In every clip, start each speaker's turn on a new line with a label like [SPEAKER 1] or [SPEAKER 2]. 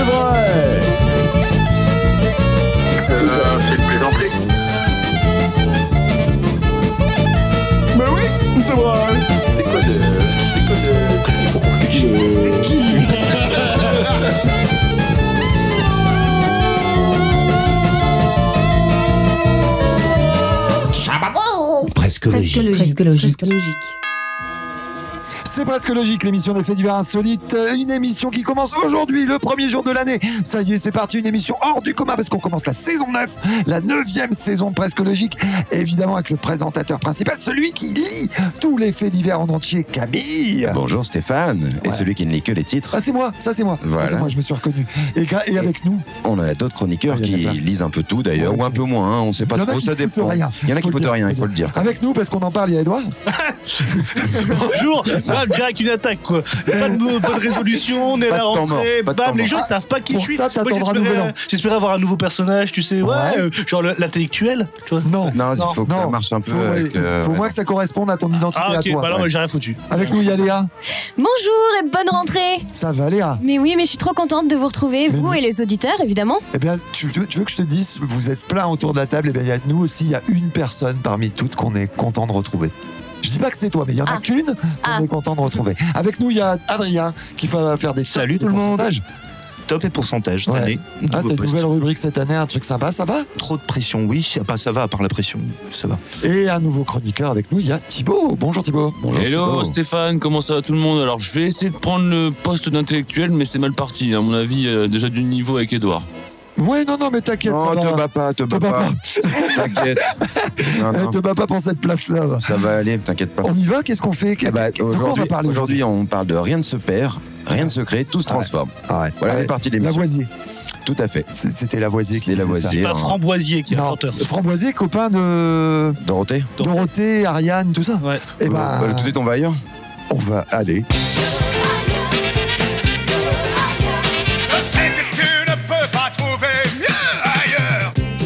[SPEAKER 1] Euh,
[SPEAKER 2] Bah
[SPEAKER 3] Presque logique.
[SPEAKER 4] Presque logique.
[SPEAKER 3] Presque logique.
[SPEAKER 5] C'est presque logique, l'émission des faits divers insolites. euh, Une émission qui commence aujourd'hui, le premier jour de l'année. Ça y est, c'est parti, une émission hors du commun parce qu'on commence la saison 9, la neuvième saison de presque logique. Évidemment, avec le présentateur principal, celui qui lit tous les faits divers en entier, Camille.
[SPEAKER 1] Bonjour Stéphane, et
[SPEAKER 5] Ouais.
[SPEAKER 1] celui qui ne lit que les titres.
[SPEAKER 5] Ah, c'est moi, ça c'est moi. Ça,
[SPEAKER 1] Voilà.
[SPEAKER 5] c'est moi, je me suis reconnu. Et, gra- et avec nous,
[SPEAKER 1] On a d'autres chroniqueurs
[SPEAKER 5] Ah, il y en a
[SPEAKER 1] qui
[SPEAKER 5] plein.
[SPEAKER 1] lisent un peu tout d'ailleurs,
[SPEAKER 5] Ouais.
[SPEAKER 1] ou un peu moins, hein, on sait pas
[SPEAKER 5] Il y en a
[SPEAKER 1] trop,
[SPEAKER 5] qui
[SPEAKER 1] ça
[SPEAKER 5] foutent
[SPEAKER 1] dépend.
[SPEAKER 5] rien.
[SPEAKER 1] Il y en a qui
[SPEAKER 5] Faut le
[SPEAKER 1] foutent
[SPEAKER 5] dire.
[SPEAKER 1] rien, il faut le dire.
[SPEAKER 5] avec nous, parce qu'on en parle, il y a Edouard.
[SPEAKER 6] Bonjour, bam, direct une attaque quoi. Pas de bonne résolution, on est
[SPEAKER 1] Pas
[SPEAKER 6] à
[SPEAKER 1] de
[SPEAKER 6] la
[SPEAKER 1] temps mort,
[SPEAKER 6] rentrée,
[SPEAKER 1] pas de temps
[SPEAKER 6] bam, les
[SPEAKER 1] mort.
[SPEAKER 7] ah,
[SPEAKER 6] gens ils savent pas qui
[SPEAKER 5] Pour
[SPEAKER 6] je suis.
[SPEAKER 5] ça, t'attendras
[SPEAKER 6] j'espérais- euh,
[SPEAKER 5] Nouvel An.
[SPEAKER 6] J'espérais avoir un nouveau personnage, tu sais, ouais,
[SPEAKER 5] Ouais.
[SPEAKER 6] euh, genre le- l'intellectuel, tu vois.
[SPEAKER 5] Non.
[SPEAKER 1] Non, il faut que ça
[SPEAKER 5] non.
[SPEAKER 1] marche un peu.
[SPEAKER 5] Faut,
[SPEAKER 1] avec, euh,
[SPEAKER 5] faut moins que ça corresponde à ton identité
[SPEAKER 6] Ah
[SPEAKER 5] à
[SPEAKER 6] ok,
[SPEAKER 5] toi.
[SPEAKER 6] bah non,
[SPEAKER 5] Ouais.
[SPEAKER 6] mais j'ai rien foutu.
[SPEAKER 5] Avec nous, il y a Léa.
[SPEAKER 8] Bonjour et bonne rentrée
[SPEAKER 5] Ça va, Léa.
[SPEAKER 8] Mais oui, mais je suis trop contente de vous retrouver,
[SPEAKER 5] Mais
[SPEAKER 8] vous
[SPEAKER 5] non.
[SPEAKER 8] et les auditeurs, évidemment.
[SPEAKER 5] Eh bien, tu, tu veux- tu veux que je te dise, vous êtes plein autour de la table, et bien, il y a nous aussi, il y a une personne parmi toutes qu'on est content de retrouver. Je dis pas que c'est toi, mais il y en a
[SPEAKER 8] Ah.
[SPEAKER 5] qu'une qu'on
[SPEAKER 8] Ah.
[SPEAKER 5] est content de retrouver. Avec nous, il y a Adrien qui va faire des
[SPEAKER 7] Salut
[SPEAKER 5] des
[SPEAKER 7] tout le monde.
[SPEAKER 5] pourcentages.
[SPEAKER 7] Top et pourcentage. cette
[SPEAKER 5] Ouais.
[SPEAKER 7] année.
[SPEAKER 5] Ah,
[SPEAKER 7] Nouveau
[SPEAKER 5] t'as une
[SPEAKER 7] poste.
[SPEAKER 5] nouvelle rubrique cette année, un truc sympa, ça va
[SPEAKER 7] Trop de pression, oui. Ça, bah, ça va, à part la pression, ça va.
[SPEAKER 5] Et un nouveau chroniqueur avec nous, il y a Thibaut. Bonjour Thibaut.
[SPEAKER 1] Bonjour,
[SPEAKER 9] Hello
[SPEAKER 1] Thibaut.
[SPEAKER 9] Stéphane, comment ça va tout le monde Alors je vais essayer de prendre le poste d'intellectuel, mais c'est mal parti, à mon avis, euh, déjà du niveau avec Edouard.
[SPEAKER 5] Ouais, non, non, mais t'inquiète, ça
[SPEAKER 1] Non,
[SPEAKER 5] va.
[SPEAKER 1] te bats pas, te bats
[SPEAKER 5] bats
[SPEAKER 1] pas. T'inquiète. Non,
[SPEAKER 5] Eh,
[SPEAKER 1] non,
[SPEAKER 5] te bats pas pour cette place-là. va.
[SPEAKER 1] Ça va aller, t'inquiète pas.
[SPEAKER 5] On y va Qu'est-ce qu'on fait
[SPEAKER 1] Eh
[SPEAKER 5] Qu'est-
[SPEAKER 1] bah,
[SPEAKER 5] De quoi on va parler
[SPEAKER 1] aujourd'hui, on parle de rien ne se perd, rien ne se crée, tout se transforme.
[SPEAKER 5] Ah ouais.
[SPEAKER 1] Voilà,
[SPEAKER 5] Ah ouais.
[SPEAKER 1] c'est parti de l'émission.
[SPEAKER 5] Lavoisier.
[SPEAKER 1] Tout à fait.
[SPEAKER 5] C'est- C'était Lavoisier qui disait
[SPEAKER 1] C'était Lavoisier.
[SPEAKER 6] C'est pas
[SPEAKER 1] hein.
[SPEAKER 6] Framboisier qui est
[SPEAKER 5] ça. Non,
[SPEAKER 6] l'inventeur.
[SPEAKER 5] Framboisier, copain de
[SPEAKER 1] Dorothée
[SPEAKER 5] Dorothée, Ariane, tout ça.
[SPEAKER 6] Ouais.
[SPEAKER 5] Et ben,
[SPEAKER 1] Euh, Tout de suite, on va ailleurs
[SPEAKER 5] on va aller.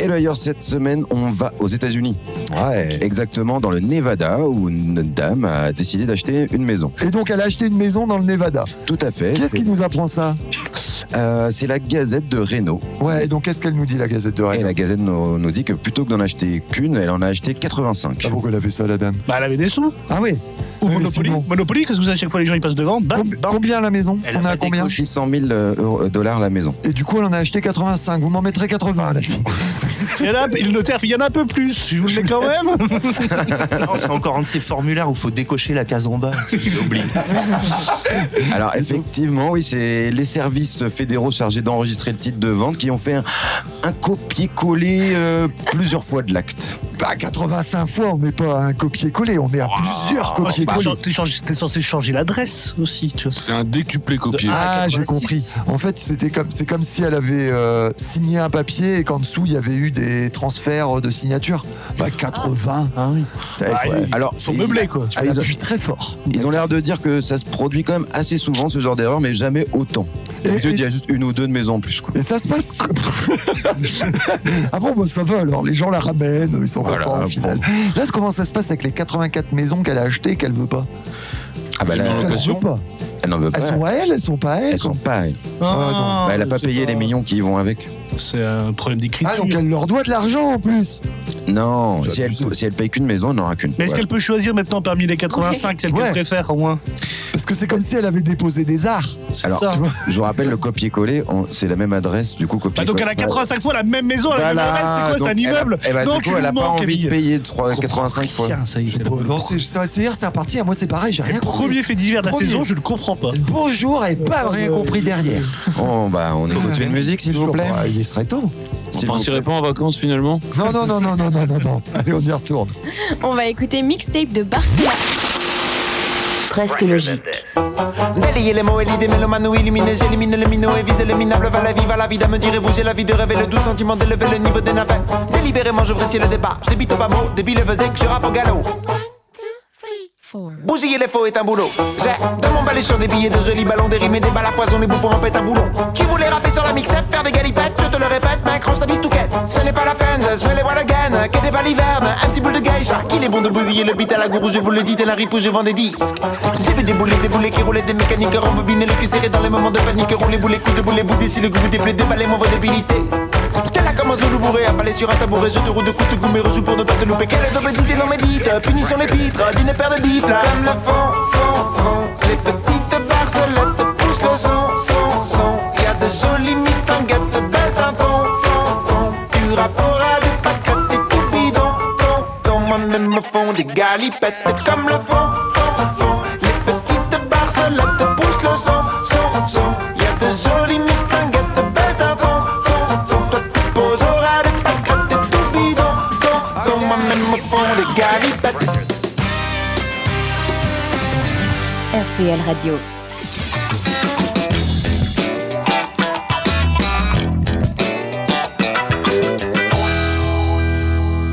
[SPEAKER 1] Et d'ailleurs, cette semaine, on va aux États-Unis.
[SPEAKER 5] Ouais.
[SPEAKER 1] Exactement, dans le Nevada, où une dame a décidé d'acheter une maison.
[SPEAKER 5] Et donc, elle a acheté une maison dans le Nevada.
[SPEAKER 1] Tout à fait.
[SPEAKER 5] Qu'est-ce qui nous apprend ça
[SPEAKER 1] Euh, C'est la Gazette de Reno.
[SPEAKER 5] Ouais, et donc, qu'est-ce qu'elle nous dit, la Gazette de
[SPEAKER 1] Et
[SPEAKER 5] Rennes
[SPEAKER 1] la Gazette nous, nous dit que plutôt que d'en acheter qu'une, elle en a acheté 85.
[SPEAKER 5] Ah, pourquoi elle a fait ça, la dame
[SPEAKER 6] Bah elle avait des sous.
[SPEAKER 5] Ah, oui.
[SPEAKER 6] Ou
[SPEAKER 5] Oui,
[SPEAKER 6] Monopoly.
[SPEAKER 5] c'est bon.
[SPEAKER 6] Monopoly, qu'est-ce que vous savez, à chaque fois les gens ils passent devant, bam,
[SPEAKER 5] Combi-
[SPEAKER 6] bam.
[SPEAKER 5] combien la maison
[SPEAKER 7] Elle
[SPEAKER 5] On
[SPEAKER 7] a
[SPEAKER 5] a
[SPEAKER 7] pas
[SPEAKER 5] combien
[SPEAKER 1] 600 000 euh, euros- dollars la maison.
[SPEAKER 5] Et du coup, elle en a acheté 85. Vous m'en mettrez 80, elle a dit.
[SPEAKER 6] Et là, et le notaire, il y en a un peu plus, je vous le mets quand même.
[SPEAKER 7] Non, c'est encore un de ces formulaires où il faut décocher la case en bas. J'ai oublié.
[SPEAKER 1] Alors effectivement, oui, c'est les services fédéraux chargés d'enregistrer le titre de vente qui ont fait un, un copier-coller euh, plusieurs fois de l'acte.
[SPEAKER 5] Bah, 85 fois, on n'est pas à un copier-coller, on est à plusieurs copier-coller.
[SPEAKER 6] Genre, Ah, bah, t'es changé- T'es censé changer l'adresse aussi, tu vois.
[SPEAKER 9] C'est un décuplé copié.
[SPEAKER 5] Ah, j'ai
[SPEAKER 6] 86.
[SPEAKER 5] compris. En fait, c'était comme c'est comme si elle avait euh, signé un papier et qu'en dessous il y avait eu des transferts de signatures. Bah 80.
[SPEAKER 6] Ah oui.
[SPEAKER 5] Eh,
[SPEAKER 6] Ah,
[SPEAKER 5] faut-
[SPEAKER 6] ils-
[SPEAKER 1] Alors,
[SPEAKER 6] ils sont
[SPEAKER 1] ils-
[SPEAKER 6] meublés quoi.
[SPEAKER 5] tu appuies ah, très fort.
[SPEAKER 1] Ils ont l'air de dire que ça se produit quand même assez souvent ce genre d'erreur, mais jamais autant.
[SPEAKER 5] Et-
[SPEAKER 1] Et,
[SPEAKER 5] et-
[SPEAKER 1] il y a juste une ou deux de maisons en plus. Quoi.
[SPEAKER 5] Et ça se passe. co- ah bon, bah, ça va alors. Les gens la ramènent, ils sont
[SPEAKER 1] Voilà,
[SPEAKER 5] contents au
[SPEAKER 1] bon.
[SPEAKER 5] final. Là, c'est comment ça se passe avec les 84 maisons qu'elle a achetées et qu'elle veut pas
[SPEAKER 1] Ah bah là,
[SPEAKER 9] Ils
[SPEAKER 5] Parce
[SPEAKER 9] En
[SPEAKER 5] qu'elle en
[SPEAKER 9] location
[SPEAKER 5] veut pas.
[SPEAKER 1] elle n'en veut pas.
[SPEAKER 5] Elles Ah, sont à elle, elles sont pas à elle.
[SPEAKER 1] Elles sont pas. elle.
[SPEAKER 5] Ah,
[SPEAKER 1] Bah, elle a pas payé les millions qui y vont avec.
[SPEAKER 6] C'est un problème d'écriture.
[SPEAKER 5] Ah, donc elle leur doit de l'argent en plus.
[SPEAKER 1] Non,
[SPEAKER 5] Ça,
[SPEAKER 1] si elle,
[SPEAKER 5] tu sais.
[SPEAKER 1] si elle paye qu'une maison, elle n'aura qu'une.
[SPEAKER 6] Mais est-ce
[SPEAKER 1] Voilà.
[SPEAKER 6] qu'elle peut choisir maintenant parmi les 85, celle
[SPEAKER 5] Ouais.
[SPEAKER 6] qu'elle préfère au moins
[SPEAKER 5] Parce que c'est comme si elle avait déposé des arts.
[SPEAKER 6] C'est
[SPEAKER 1] Alors,
[SPEAKER 6] ça.
[SPEAKER 1] tu vois, je vous rappelle, le copier-coller, on- c'est la même adresse, du coup,
[SPEAKER 6] Bah
[SPEAKER 1] copier-coller.
[SPEAKER 6] donc elle a 85 fois la même maison, la même adresse, c'est quoi, c'est un immeuble
[SPEAKER 1] Et bah,
[SPEAKER 6] Non,
[SPEAKER 1] du
[SPEAKER 6] tu
[SPEAKER 1] coup, elle a
[SPEAKER 6] nous
[SPEAKER 1] pas
[SPEAKER 6] manques,
[SPEAKER 1] envie
[SPEAKER 6] Camille.
[SPEAKER 1] de payer de trois- 85 fois.
[SPEAKER 6] Tiens, ça y est, c'est le
[SPEAKER 5] C'est pas- non, c'est c'est- c'est- c'est reparti. À moi, c'est pareil, j'ai rien compris.
[SPEAKER 6] premier fait divers de la
[SPEAKER 5] Premier.
[SPEAKER 6] saison, je ne comprends pas.
[SPEAKER 5] Bonjour et pas rien compris derrière.
[SPEAKER 1] Oh, bah, on écoute une musique, s'il vous plaît.
[SPEAKER 5] Bah, il serait temps.
[SPEAKER 9] On
[SPEAKER 1] S'il vous plaît.
[SPEAKER 9] partirait pas en vacances finalement
[SPEAKER 5] Non, non, non, non, non, non, non, non. Allez, on y retourne.
[SPEAKER 8] On va écouter mixtape de Barcelone.
[SPEAKER 3] Presque logique.
[SPEAKER 2] Balayez les mots et l'idée, mais le mano illuminé, j'élimine le minot et vise le minable, va la vie, va la vida, me direz-vous, j'ai la vie de rêver, le doux sentiment d'élever le niveau des navets. Délibérément, je vrécie le débat, je débite au bas mot, débile que je rappe au galop. Bousiller les faux est un boulot. J'ai dans mon balai sur des billets de jolis ballons dérimés, des balles à foison, des bouffons en pète un boulon. Tu voulais rapper sur la mixtape, faire des galipettes, je te le répète, mais accroche ta bistouquette. Ce n'est pas la peine, je me les vois la gaine, que des balivernes, un petit boule de geisha. Qu'il est bon de bousiller le beat à la gourou, je vous le dis, t'es la ripou, je vends des disques. J'ai vu des boulets, des boulets qui roulaient, des mécaniques rembobiner le cul serré dans les moments de panique, rouler boulet, coups de boulet, boudé, si le goût vous déplaît, déballez mon vos débilités. T'es là comme un zoulou bourré, avalé sur un tabouret, je te roule de coups de goût, mais rejoue pour ne pas te louper. Quelle est d'obédite et l'on médite, punition les pitres, dîner père de bif là. Comme le fond, fond, fond, les petites barcelettes poussent le son, son, son. Y'a de jolies mistanguettes, baisse d'un ton, ton, ton. Tu rapporteras des paquettes et tout bidon, ton, ton. Moi-même me font des galipettes comme le vent, vent, vent. Les petites barcelettes poussent le sang, sang, sang. Y'a de jolies mistinguettes, baisse d'un ton, ton, ton. Toi, tu poses au ras des pâquerettes, t'es tout bidon, ton, ton. Moi-même me font des galipettes.
[SPEAKER 4] RPL Radio.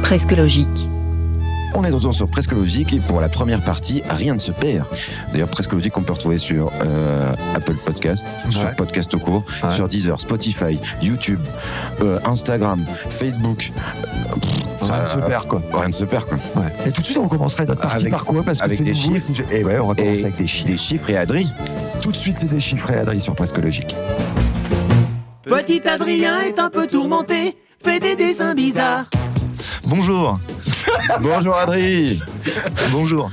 [SPEAKER 3] Presque logique.
[SPEAKER 1] On est de retour sur Presque Logique et pour la première partie, rien ne se perd. D'ailleurs, Presque Logique, on peut retrouver sur euh, Apple Podcast, sur Podcast au cours,
[SPEAKER 5] Ouais.
[SPEAKER 1] sur Deezer, Spotify, YouTube, euh, Instagram, Facebook. Euh, pff,
[SPEAKER 5] Rien ne
[SPEAKER 1] ça-
[SPEAKER 5] se perd, quoi.
[SPEAKER 1] Rien ne se perd, quoi.
[SPEAKER 5] Ouais. Et tout de suite, on commencerait notre partie
[SPEAKER 1] Avec-
[SPEAKER 5] par quoi Parce que
[SPEAKER 1] avec
[SPEAKER 5] c'est
[SPEAKER 1] des
[SPEAKER 5] nouveau,
[SPEAKER 1] chiffres.
[SPEAKER 5] c'est- Et ouais, on va commencer
[SPEAKER 1] Et-
[SPEAKER 5] avec des chiffres.
[SPEAKER 1] Des chiffres et Adri.
[SPEAKER 5] Tout de suite, c'est des chiffres et Adri sur Presque Logique.
[SPEAKER 10] Petit Adrien est un peu tourmenté, fait des dessins bizarres.
[SPEAKER 7] Bonjour.
[SPEAKER 1] Bonjour Adri.
[SPEAKER 7] Bonjour.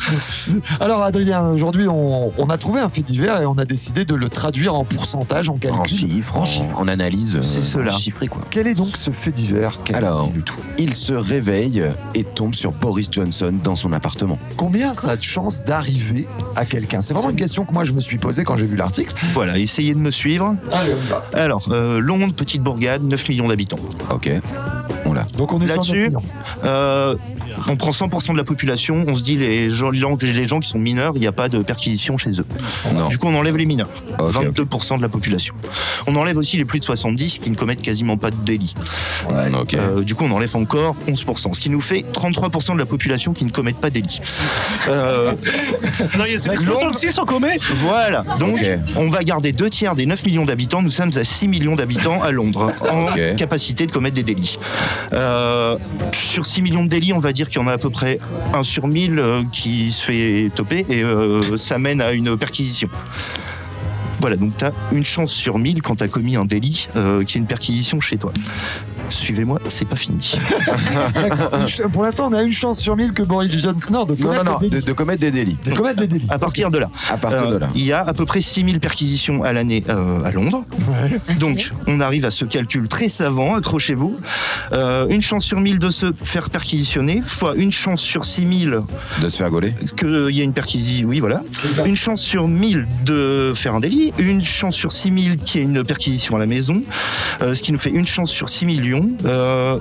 [SPEAKER 5] Alors, Adrien, aujourd'hui, on, on a trouvé un fait divers et on a décidé de le traduire en pourcentage, en
[SPEAKER 1] En
[SPEAKER 5] calcul.
[SPEAKER 1] chiffres, en chiffres, en analyse. euh,
[SPEAKER 7] C'est cela.
[SPEAKER 1] Chiffré, quoi.
[SPEAKER 5] Quel est donc ce fait divers Quel-
[SPEAKER 1] Alors,
[SPEAKER 5] dis-nous tout.
[SPEAKER 1] il se réveille et tombe sur Boris Johnson dans son appartement.
[SPEAKER 5] Combien ça a de chances d'arriver à quelqu'un C'est vraiment une question que moi, je me suis posée quand j'ai vu l'article.
[SPEAKER 7] Voilà, essayez de me suivre.
[SPEAKER 5] Allez, on y va.
[SPEAKER 7] Alors, euh, Londres, petite bourgade, 9 millions d'habitants.
[SPEAKER 1] Ok. On l'a.
[SPEAKER 5] Donc, on est sur
[SPEAKER 7] Là-dessus,
[SPEAKER 5] 9 millions.
[SPEAKER 7] Euh, on prend 100% de la population, on se dit les gens, les gens qui sont mineurs, il n'y a pas de perquisition chez eux.
[SPEAKER 1] Non.
[SPEAKER 7] Du coup, on enlève les mineurs,
[SPEAKER 1] Ok,
[SPEAKER 7] 22% de la population. On enlève aussi les plus de 70 qui ne commettent quasiment pas de délit.
[SPEAKER 1] Ok.
[SPEAKER 7] Euh, du coup, on enlève encore 11%, ce qui nous fait 33% de la population qui ne commettent pas de délit. Euh,
[SPEAKER 6] Non, il y a cette
[SPEAKER 7] Londres.
[SPEAKER 6] 66 on commet.
[SPEAKER 7] voilà, donc
[SPEAKER 1] Ok.
[SPEAKER 7] on va garder deux tiers des 9 millions d'habitants, nous sommes à 6 millions d'habitants à Londres, en
[SPEAKER 1] Ok.
[SPEAKER 7] capacité de commettre des délits. Euh, sur 6 millions de délits, on va dire qu'il y en a à peu près 1 sur 1000 euh, qui se fait toper et euh, ça mène à une perquisition. Voilà, donc t'as une chance sur 1000 quand t'as commis un délit euh, qu'il y ait une perquisition chez toi. Suivez-moi, c'est pas fini.
[SPEAKER 5] Une ch- Pour l'instant, on a une chance sur 1000 que Boris Johnson. Non, de
[SPEAKER 1] Non,
[SPEAKER 5] commettre
[SPEAKER 1] non, non,
[SPEAKER 5] des
[SPEAKER 1] de,
[SPEAKER 5] délits.
[SPEAKER 1] de commettre des délits.
[SPEAKER 5] De commettre des délits.
[SPEAKER 7] À partir de là.
[SPEAKER 1] À partir
[SPEAKER 7] Euh,
[SPEAKER 1] de là.
[SPEAKER 7] Il y a à peu près 6000 perquisitions à l'année euh, à Londres. Donc, on arrive à ce calcul très savant, accrochez-vous. Euh, une chance sur 1000 de se faire perquisitionner, fois une chance sur 6000
[SPEAKER 1] De se faire gauler.
[SPEAKER 7] qu'il y a une perquisition, oui, voilà. Une chance sur 1000 de faire un délit, une chance sur 6000 qu'il y ait une perquisition à la maison, euh, ce qui nous fait une chance sur 6 millions. Euh,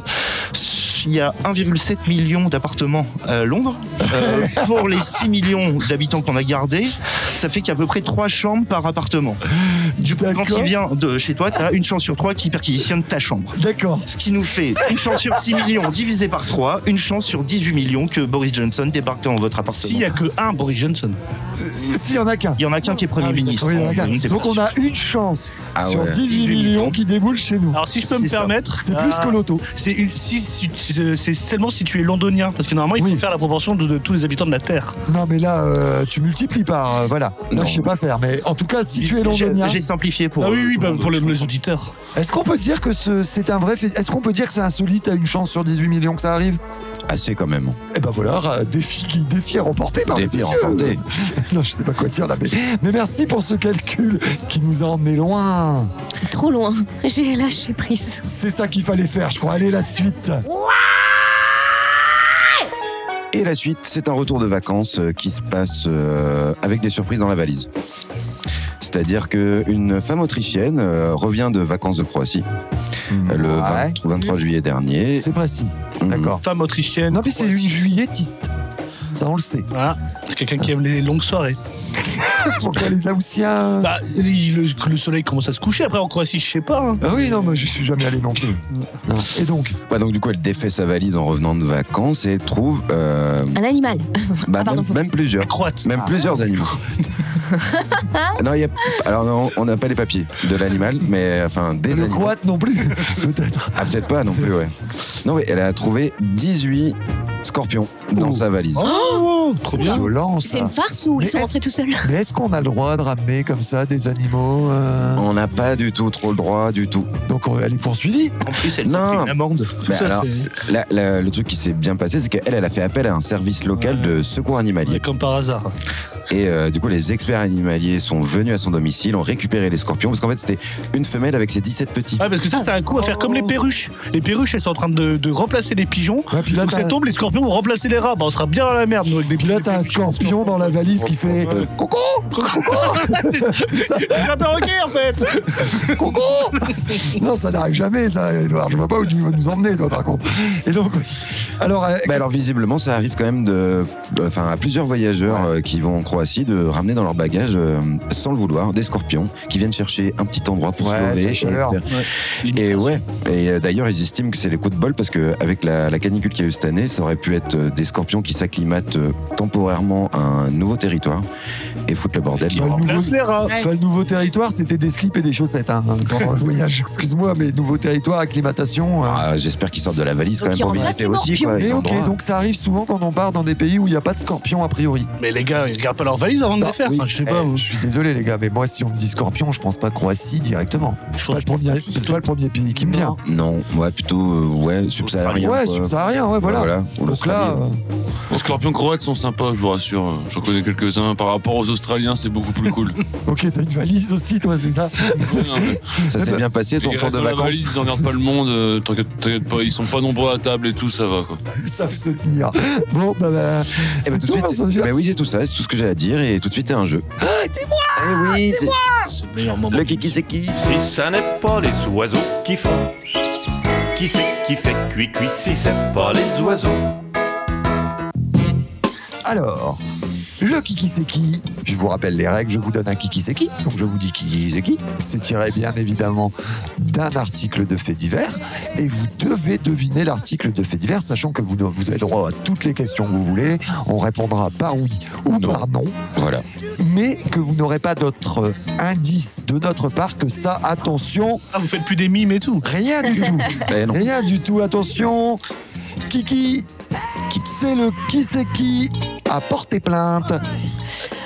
[SPEAKER 7] il y a 1,7 million d'appartements à Londres. Euh, pour les 6 millions d'habitants qu'on a gardés, ça fait qu'à peu près 3 chambres par appartement. Du coup, quand il vient de chez toi, tu as une chance sur 3 qui perquisitionne ta chambre.
[SPEAKER 5] D'accord.
[SPEAKER 7] Ce qui nous fait une chance sur 6 millions divisé par 3, une chance sur 18 millions que Boris Johnson débarque dans votre appartement.
[SPEAKER 6] S'il y a que un Boris Johnson.
[SPEAKER 5] S'il y en a qu'un.
[SPEAKER 7] Il y en a qu'un qui est Premier
[SPEAKER 5] Ah oui,
[SPEAKER 7] ministre.
[SPEAKER 5] d'accord, il y en
[SPEAKER 7] On-
[SPEAKER 5] a qu'un.
[SPEAKER 7] on était
[SPEAKER 5] Donc
[SPEAKER 7] pas
[SPEAKER 5] on a
[SPEAKER 7] sûr.
[SPEAKER 5] une chance
[SPEAKER 1] Ah
[SPEAKER 5] sur
[SPEAKER 1] ouais.
[SPEAKER 5] 18 millions qui déboulent chez nous.
[SPEAKER 6] Alors si je peux me
[SPEAKER 7] C'est ça.
[SPEAKER 6] permettre,
[SPEAKER 5] C'est plus
[SPEAKER 6] euh,
[SPEAKER 5] que l'auto.
[SPEAKER 6] C'est une- si- si- si- c'est seulement si tu es londonien, parce que normalement il
[SPEAKER 5] Oui.
[SPEAKER 6] faut faire la proportion de, de tous les habitants de la Terre.
[SPEAKER 5] Non mais là, euh, tu multiplies par... euh, voilà. Là,
[SPEAKER 1] Non.
[SPEAKER 5] je sais pas faire. Mais en tout cas, si tu es
[SPEAKER 7] J'ai-
[SPEAKER 5] londonien,
[SPEAKER 7] J'ai simplifié pour.
[SPEAKER 6] ah oui, oui,
[SPEAKER 7] tout
[SPEAKER 6] bah,
[SPEAKER 7] monde,
[SPEAKER 6] pour les,
[SPEAKER 7] tout le
[SPEAKER 6] les
[SPEAKER 7] monde.
[SPEAKER 6] auditeurs.
[SPEAKER 5] Oh. est-ce qu'on peut dire que ce- c'est un vrai... fait- Est-ce qu'on peut dire que c'est insolite à une chance sur 18 millions que ça arrive
[SPEAKER 1] Assez quand même.
[SPEAKER 5] Eh ben voilà, euh, défi, défi remporté par
[SPEAKER 1] Défi
[SPEAKER 5] monsieur.
[SPEAKER 1] remporté.
[SPEAKER 5] non, je sais pas quoi dire là, mais, mais merci pour ce calcul qui nous a emmené loin.
[SPEAKER 8] Trop loin. J'ai lâché prise.
[SPEAKER 5] C'est ça qu'il fallait faire, je crois. Allez, la suite.
[SPEAKER 1] Et la suite, c'est un retour de vacances euh, qui se passe euh, avec des surprises dans la valise. C'est-à-dire qu'une femme autrichienne euh, revient de vacances de Croatie euh, le
[SPEAKER 5] Ouais.
[SPEAKER 1] 20 23 juillet dernier.
[SPEAKER 5] C'est précis. D'accord.
[SPEAKER 6] Femme autrichienne.
[SPEAKER 5] Non, puis c'est une juilletiste. Ça, on le sait.
[SPEAKER 6] Voilà. C'est quelqu'un qui aime les longues soirées.
[SPEAKER 5] Pourquoi les Aoussiens
[SPEAKER 6] Bah, il- le, le soleil commence à se coucher. Après, en Croatie, je sais pas. hein.
[SPEAKER 5] Ah oui, non, moi je suis jamais allé non plus. Non. Et donc,
[SPEAKER 1] Ouais, Bah, donc du coup, elle défait sa valise en revenant de vacances et trouve euh,
[SPEAKER 8] Un animal.
[SPEAKER 1] bah,
[SPEAKER 8] Ah, pardon,
[SPEAKER 1] même,
[SPEAKER 8] faut-
[SPEAKER 1] même plusieurs.
[SPEAKER 6] Croate.
[SPEAKER 5] Ah.
[SPEAKER 1] Même plusieurs animaux. non, il y a, alors non, on n'a pas les papiers de l'animal, mais enfin des
[SPEAKER 5] le
[SPEAKER 1] animaux.
[SPEAKER 5] croate non plus, peut-être.
[SPEAKER 1] Ah, peut-être pas non plus, ouais. Non, mais elle a trouvé 18 scorpions dans
[SPEAKER 5] Oh.
[SPEAKER 1] sa valise.
[SPEAKER 5] Oh, trop bien. violent, ça.
[SPEAKER 8] C'est une farce ou
[SPEAKER 5] Mais
[SPEAKER 8] ils sont
[SPEAKER 5] est-ce-
[SPEAKER 8] rentrés tout seuls
[SPEAKER 5] Mais est-ce qu'on a le droit de ramener comme ça des animaux euh,
[SPEAKER 1] On n'a pas du tout trop le droit, du tout.
[SPEAKER 5] Donc on- elle est poursuivie
[SPEAKER 7] En plus, elle
[SPEAKER 1] Non.
[SPEAKER 7] s'est pris une amende.
[SPEAKER 1] Mais
[SPEAKER 6] Ça,
[SPEAKER 1] alors,
[SPEAKER 6] c'est-
[SPEAKER 1] la- la- le truc qui s'est bien passé, c'est qu'elle, elle a fait appel à un service local de secours animalier.
[SPEAKER 6] Comme par hasard.
[SPEAKER 1] Et euh, du coup, les experts animaliers sont venus à son domicile, ont récupéré les scorpions, parce qu'en fait, c'était une femelle avec ses 17 petits.
[SPEAKER 6] Ah, parce que ça, c'est un coup à faire comme les perruches. Les perruches, elles sont en train de, de remplacer les pigeons.
[SPEAKER 5] Ouais, puis là,
[SPEAKER 6] Donc
[SPEAKER 5] t'as-
[SPEAKER 6] ça tombe, les scorpions vont remplacer les rats. Bah, on sera bien dans la merde, nous, avec des
[SPEAKER 5] Puis là, t'as un scorpion dans la valise qui fait
[SPEAKER 1] Euh,
[SPEAKER 5] Coucou
[SPEAKER 6] C'est c'est un perroquet, en fait.
[SPEAKER 5] Coucou Non, ça n'arrive jamais, ça, Edouard. Je vois pas où tu veux nous emmener, toi, par contre. Et donc, oui. Alors,
[SPEAKER 6] Ah,
[SPEAKER 5] euh,
[SPEAKER 1] Bah alors visiblement ça arrive quand même de, de- enfin à plusieurs voyageurs euh, qui vont en Croatie de ramener dans leur bagage euh, sans le vouloir des scorpions qui viennent chercher un petit endroit pour
[SPEAKER 5] Ouais,
[SPEAKER 1] se
[SPEAKER 5] de
[SPEAKER 1] lever
[SPEAKER 5] la chaleur.
[SPEAKER 1] Et ouais. Et euh, d'ailleurs ils estiment que c'est les coups de bol parce que avec la, la canicule qu'il y a eu cette année ça aurait pu être euh, des scorpions qui s'acclimatent euh, temporairement à un nouveau territoire et foutent le bordel.
[SPEAKER 5] Bah, le nouveau,
[SPEAKER 6] Remplace les rats.
[SPEAKER 5] enfin, le nouveau territoire, c'était des slips et des chaussettes hein, pendant le voyage. Excuse-moi, mais nouveau territoire, acclimatation. euh.
[SPEAKER 1] Ah, J'espère qu'ils sortent de la valise quand
[SPEAKER 8] Donc,
[SPEAKER 1] même
[SPEAKER 8] ils
[SPEAKER 1] pour
[SPEAKER 8] remplacent
[SPEAKER 1] visiter
[SPEAKER 8] les
[SPEAKER 1] aussi.
[SPEAKER 8] scorpions.
[SPEAKER 1] Quoi, ils
[SPEAKER 5] mais
[SPEAKER 1] ont le
[SPEAKER 5] ok,
[SPEAKER 1] droit.
[SPEAKER 5] donc ça arrive souvent quand on part dans des pays où il n'y a pas de scorpion a priori.
[SPEAKER 6] Mais les gars, ils regardent pas leur valise avant de
[SPEAKER 5] Ah,
[SPEAKER 6] les faire.
[SPEAKER 5] oui.
[SPEAKER 6] Enfin, je sais
[SPEAKER 5] Eh,
[SPEAKER 6] pas.
[SPEAKER 5] je suis désolé les gars, mais moi si on me dit scorpion, je pense pas Croatie directement.
[SPEAKER 6] Je
[SPEAKER 5] C'est pas,
[SPEAKER 6] pense
[SPEAKER 5] le premier-
[SPEAKER 6] que-
[SPEAKER 5] c'est pas le premier pays qui me vient.
[SPEAKER 1] Non, ouais plutôt euh, ouais subsaharien.
[SPEAKER 5] Ouais,
[SPEAKER 1] quoi.
[SPEAKER 5] subsaharien, ouais, voilà.
[SPEAKER 1] Ou
[SPEAKER 5] Donc là,
[SPEAKER 1] l'Australie.
[SPEAKER 5] euh,
[SPEAKER 9] Les scorpions croates sont sympas, je vous rassure. J'en connais quelques-uns. Par rapport aux Australiens, c'est beaucoup plus cool.
[SPEAKER 5] ok, t'as une valise aussi, toi, c'est ça
[SPEAKER 1] Ça s'est bien passé ton
[SPEAKER 9] Ils
[SPEAKER 1] retour
[SPEAKER 9] restent
[SPEAKER 1] de
[SPEAKER 9] dans la
[SPEAKER 1] vacances
[SPEAKER 9] valise, ils en regardent pas le monde. euh, T'inquiète t'inquiète pas, ils sont pas nombreux à table et tout, ça va quoi.
[SPEAKER 5] Ils savent se tenir. Bon, bah, bah
[SPEAKER 1] Eh ben,
[SPEAKER 5] c'est
[SPEAKER 1] tout
[SPEAKER 5] tout,
[SPEAKER 1] de
[SPEAKER 5] hein,
[SPEAKER 1] suite,
[SPEAKER 5] ce jeu-là.
[SPEAKER 1] ben oui, c'est tout ça, c'est tout ce que j'ai à dire, et tout de suite, c'est un jeu. Ah, moi Eh oui, c'est
[SPEAKER 6] C'est le meilleur moment.
[SPEAKER 1] Le kiki, c'est qui
[SPEAKER 11] Si ça n'est pas les oiseaux qui font, qui c'est qui fait cuicui si c'est pas les oiseaux
[SPEAKER 5] Alors, le kiki c'est qui Je vous rappelle les règles, je vous donne un kiki c'est qui. Donc je vous dis kiki c'est qui. C'est tiré bien évidemment d'un article de fait divers et vous devez deviner l'article de fait divers, sachant que vous, vous avez droit à toutes les questions que vous voulez. On répondra par oui ou
[SPEAKER 1] Non.
[SPEAKER 5] par non,
[SPEAKER 1] Voilà.
[SPEAKER 5] mais que vous n'aurez pas d'autres euh, indices de notre part que ça. Attention,
[SPEAKER 6] Ah, vous faites plus des mimes et tout. Ben
[SPEAKER 5] rien du tout.
[SPEAKER 1] Eh non.
[SPEAKER 5] Rien du tout, attention. Kiki, c'est le qui c'est qui a porté plainte.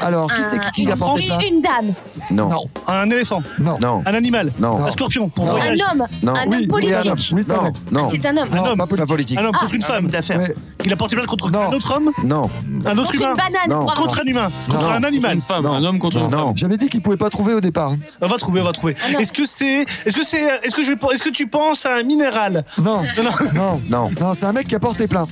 [SPEAKER 5] Alors, qui c'est qui qui a porté plainte
[SPEAKER 8] Une dame,
[SPEAKER 1] Non.
[SPEAKER 5] Non,
[SPEAKER 6] Un éléphant,
[SPEAKER 5] non,
[SPEAKER 1] Non.
[SPEAKER 6] un animal,
[SPEAKER 1] Non.
[SPEAKER 6] un scorpion pour
[SPEAKER 5] Non.
[SPEAKER 8] un
[SPEAKER 6] voyage,
[SPEAKER 8] homme,
[SPEAKER 1] Non.
[SPEAKER 8] un
[SPEAKER 5] Oui,
[SPEAKER 8] homme
[SPEAKER 5] oui,
[SPEAKER 8] politique.
[SPEAKER 5] un homme. Oui, ça
[SPEAKER 1] Non.
[SPEAKER 5] va.
[SPEAKER 8] Ah,
[SPEAKER 1] Non.
[SPEAKER 8] C'est un homme. Ah.
[SPEAKER 5] Non,
[SPEAKER 1] Non,
[SPEAKER 5] pas
[SPEAKER 1] pas
[SPEAKER 5] politique.
[SPEAKER 1] politique.
[SPEAKER 6] un homme contre une
[SPEAKER 7] Un homme
[SPEAKER 6] femme,
[SPEAKER 7] d'affaires.
[SPEAKER 5] Ouais,
[SPEAKER 6] il a porté plainte contre
[SPEAKER 5] Non.
[SPEAKER 6] un autre homme,
[SPEAKER 1] Non.
[SPEAKER 6] un autre
[SPEAKER 8] Contre une
[SPEAKER 6] humain,
[SPEAKER 8] banane.
[SPEAKER 1] Non.
[SPEAKER 8] bravo.
[SPEAKER 6] contre un humain,
[SPEAKER 5] Non.
[SPEAKER 6] contre un animal.
[SPEAKER 9] Une femme,
[SPEAKER 1] Non.
[SPEAKER 9] un homme contre
[SPEAKER 1] Non.
[SPEAKER 9] une femme.
[SPEAKER 1] Non.
[SPEAKER 5] J'avais dit qu'il pouvait pas trouver au départ.
[SPEAKER 6] On va trouver, on va trouver.
[SPEAKER 8] Ah, non.
[SPEAKER 6] est-ce que c'est, est-ce que c'est, est-ce que je, est-ce que tu penses à un minéral
[SPEAKER 5] Non, non, non,
[SPEAKER 1] Non.
[SPEAKER 5] c'est un mec qui a porté plainte.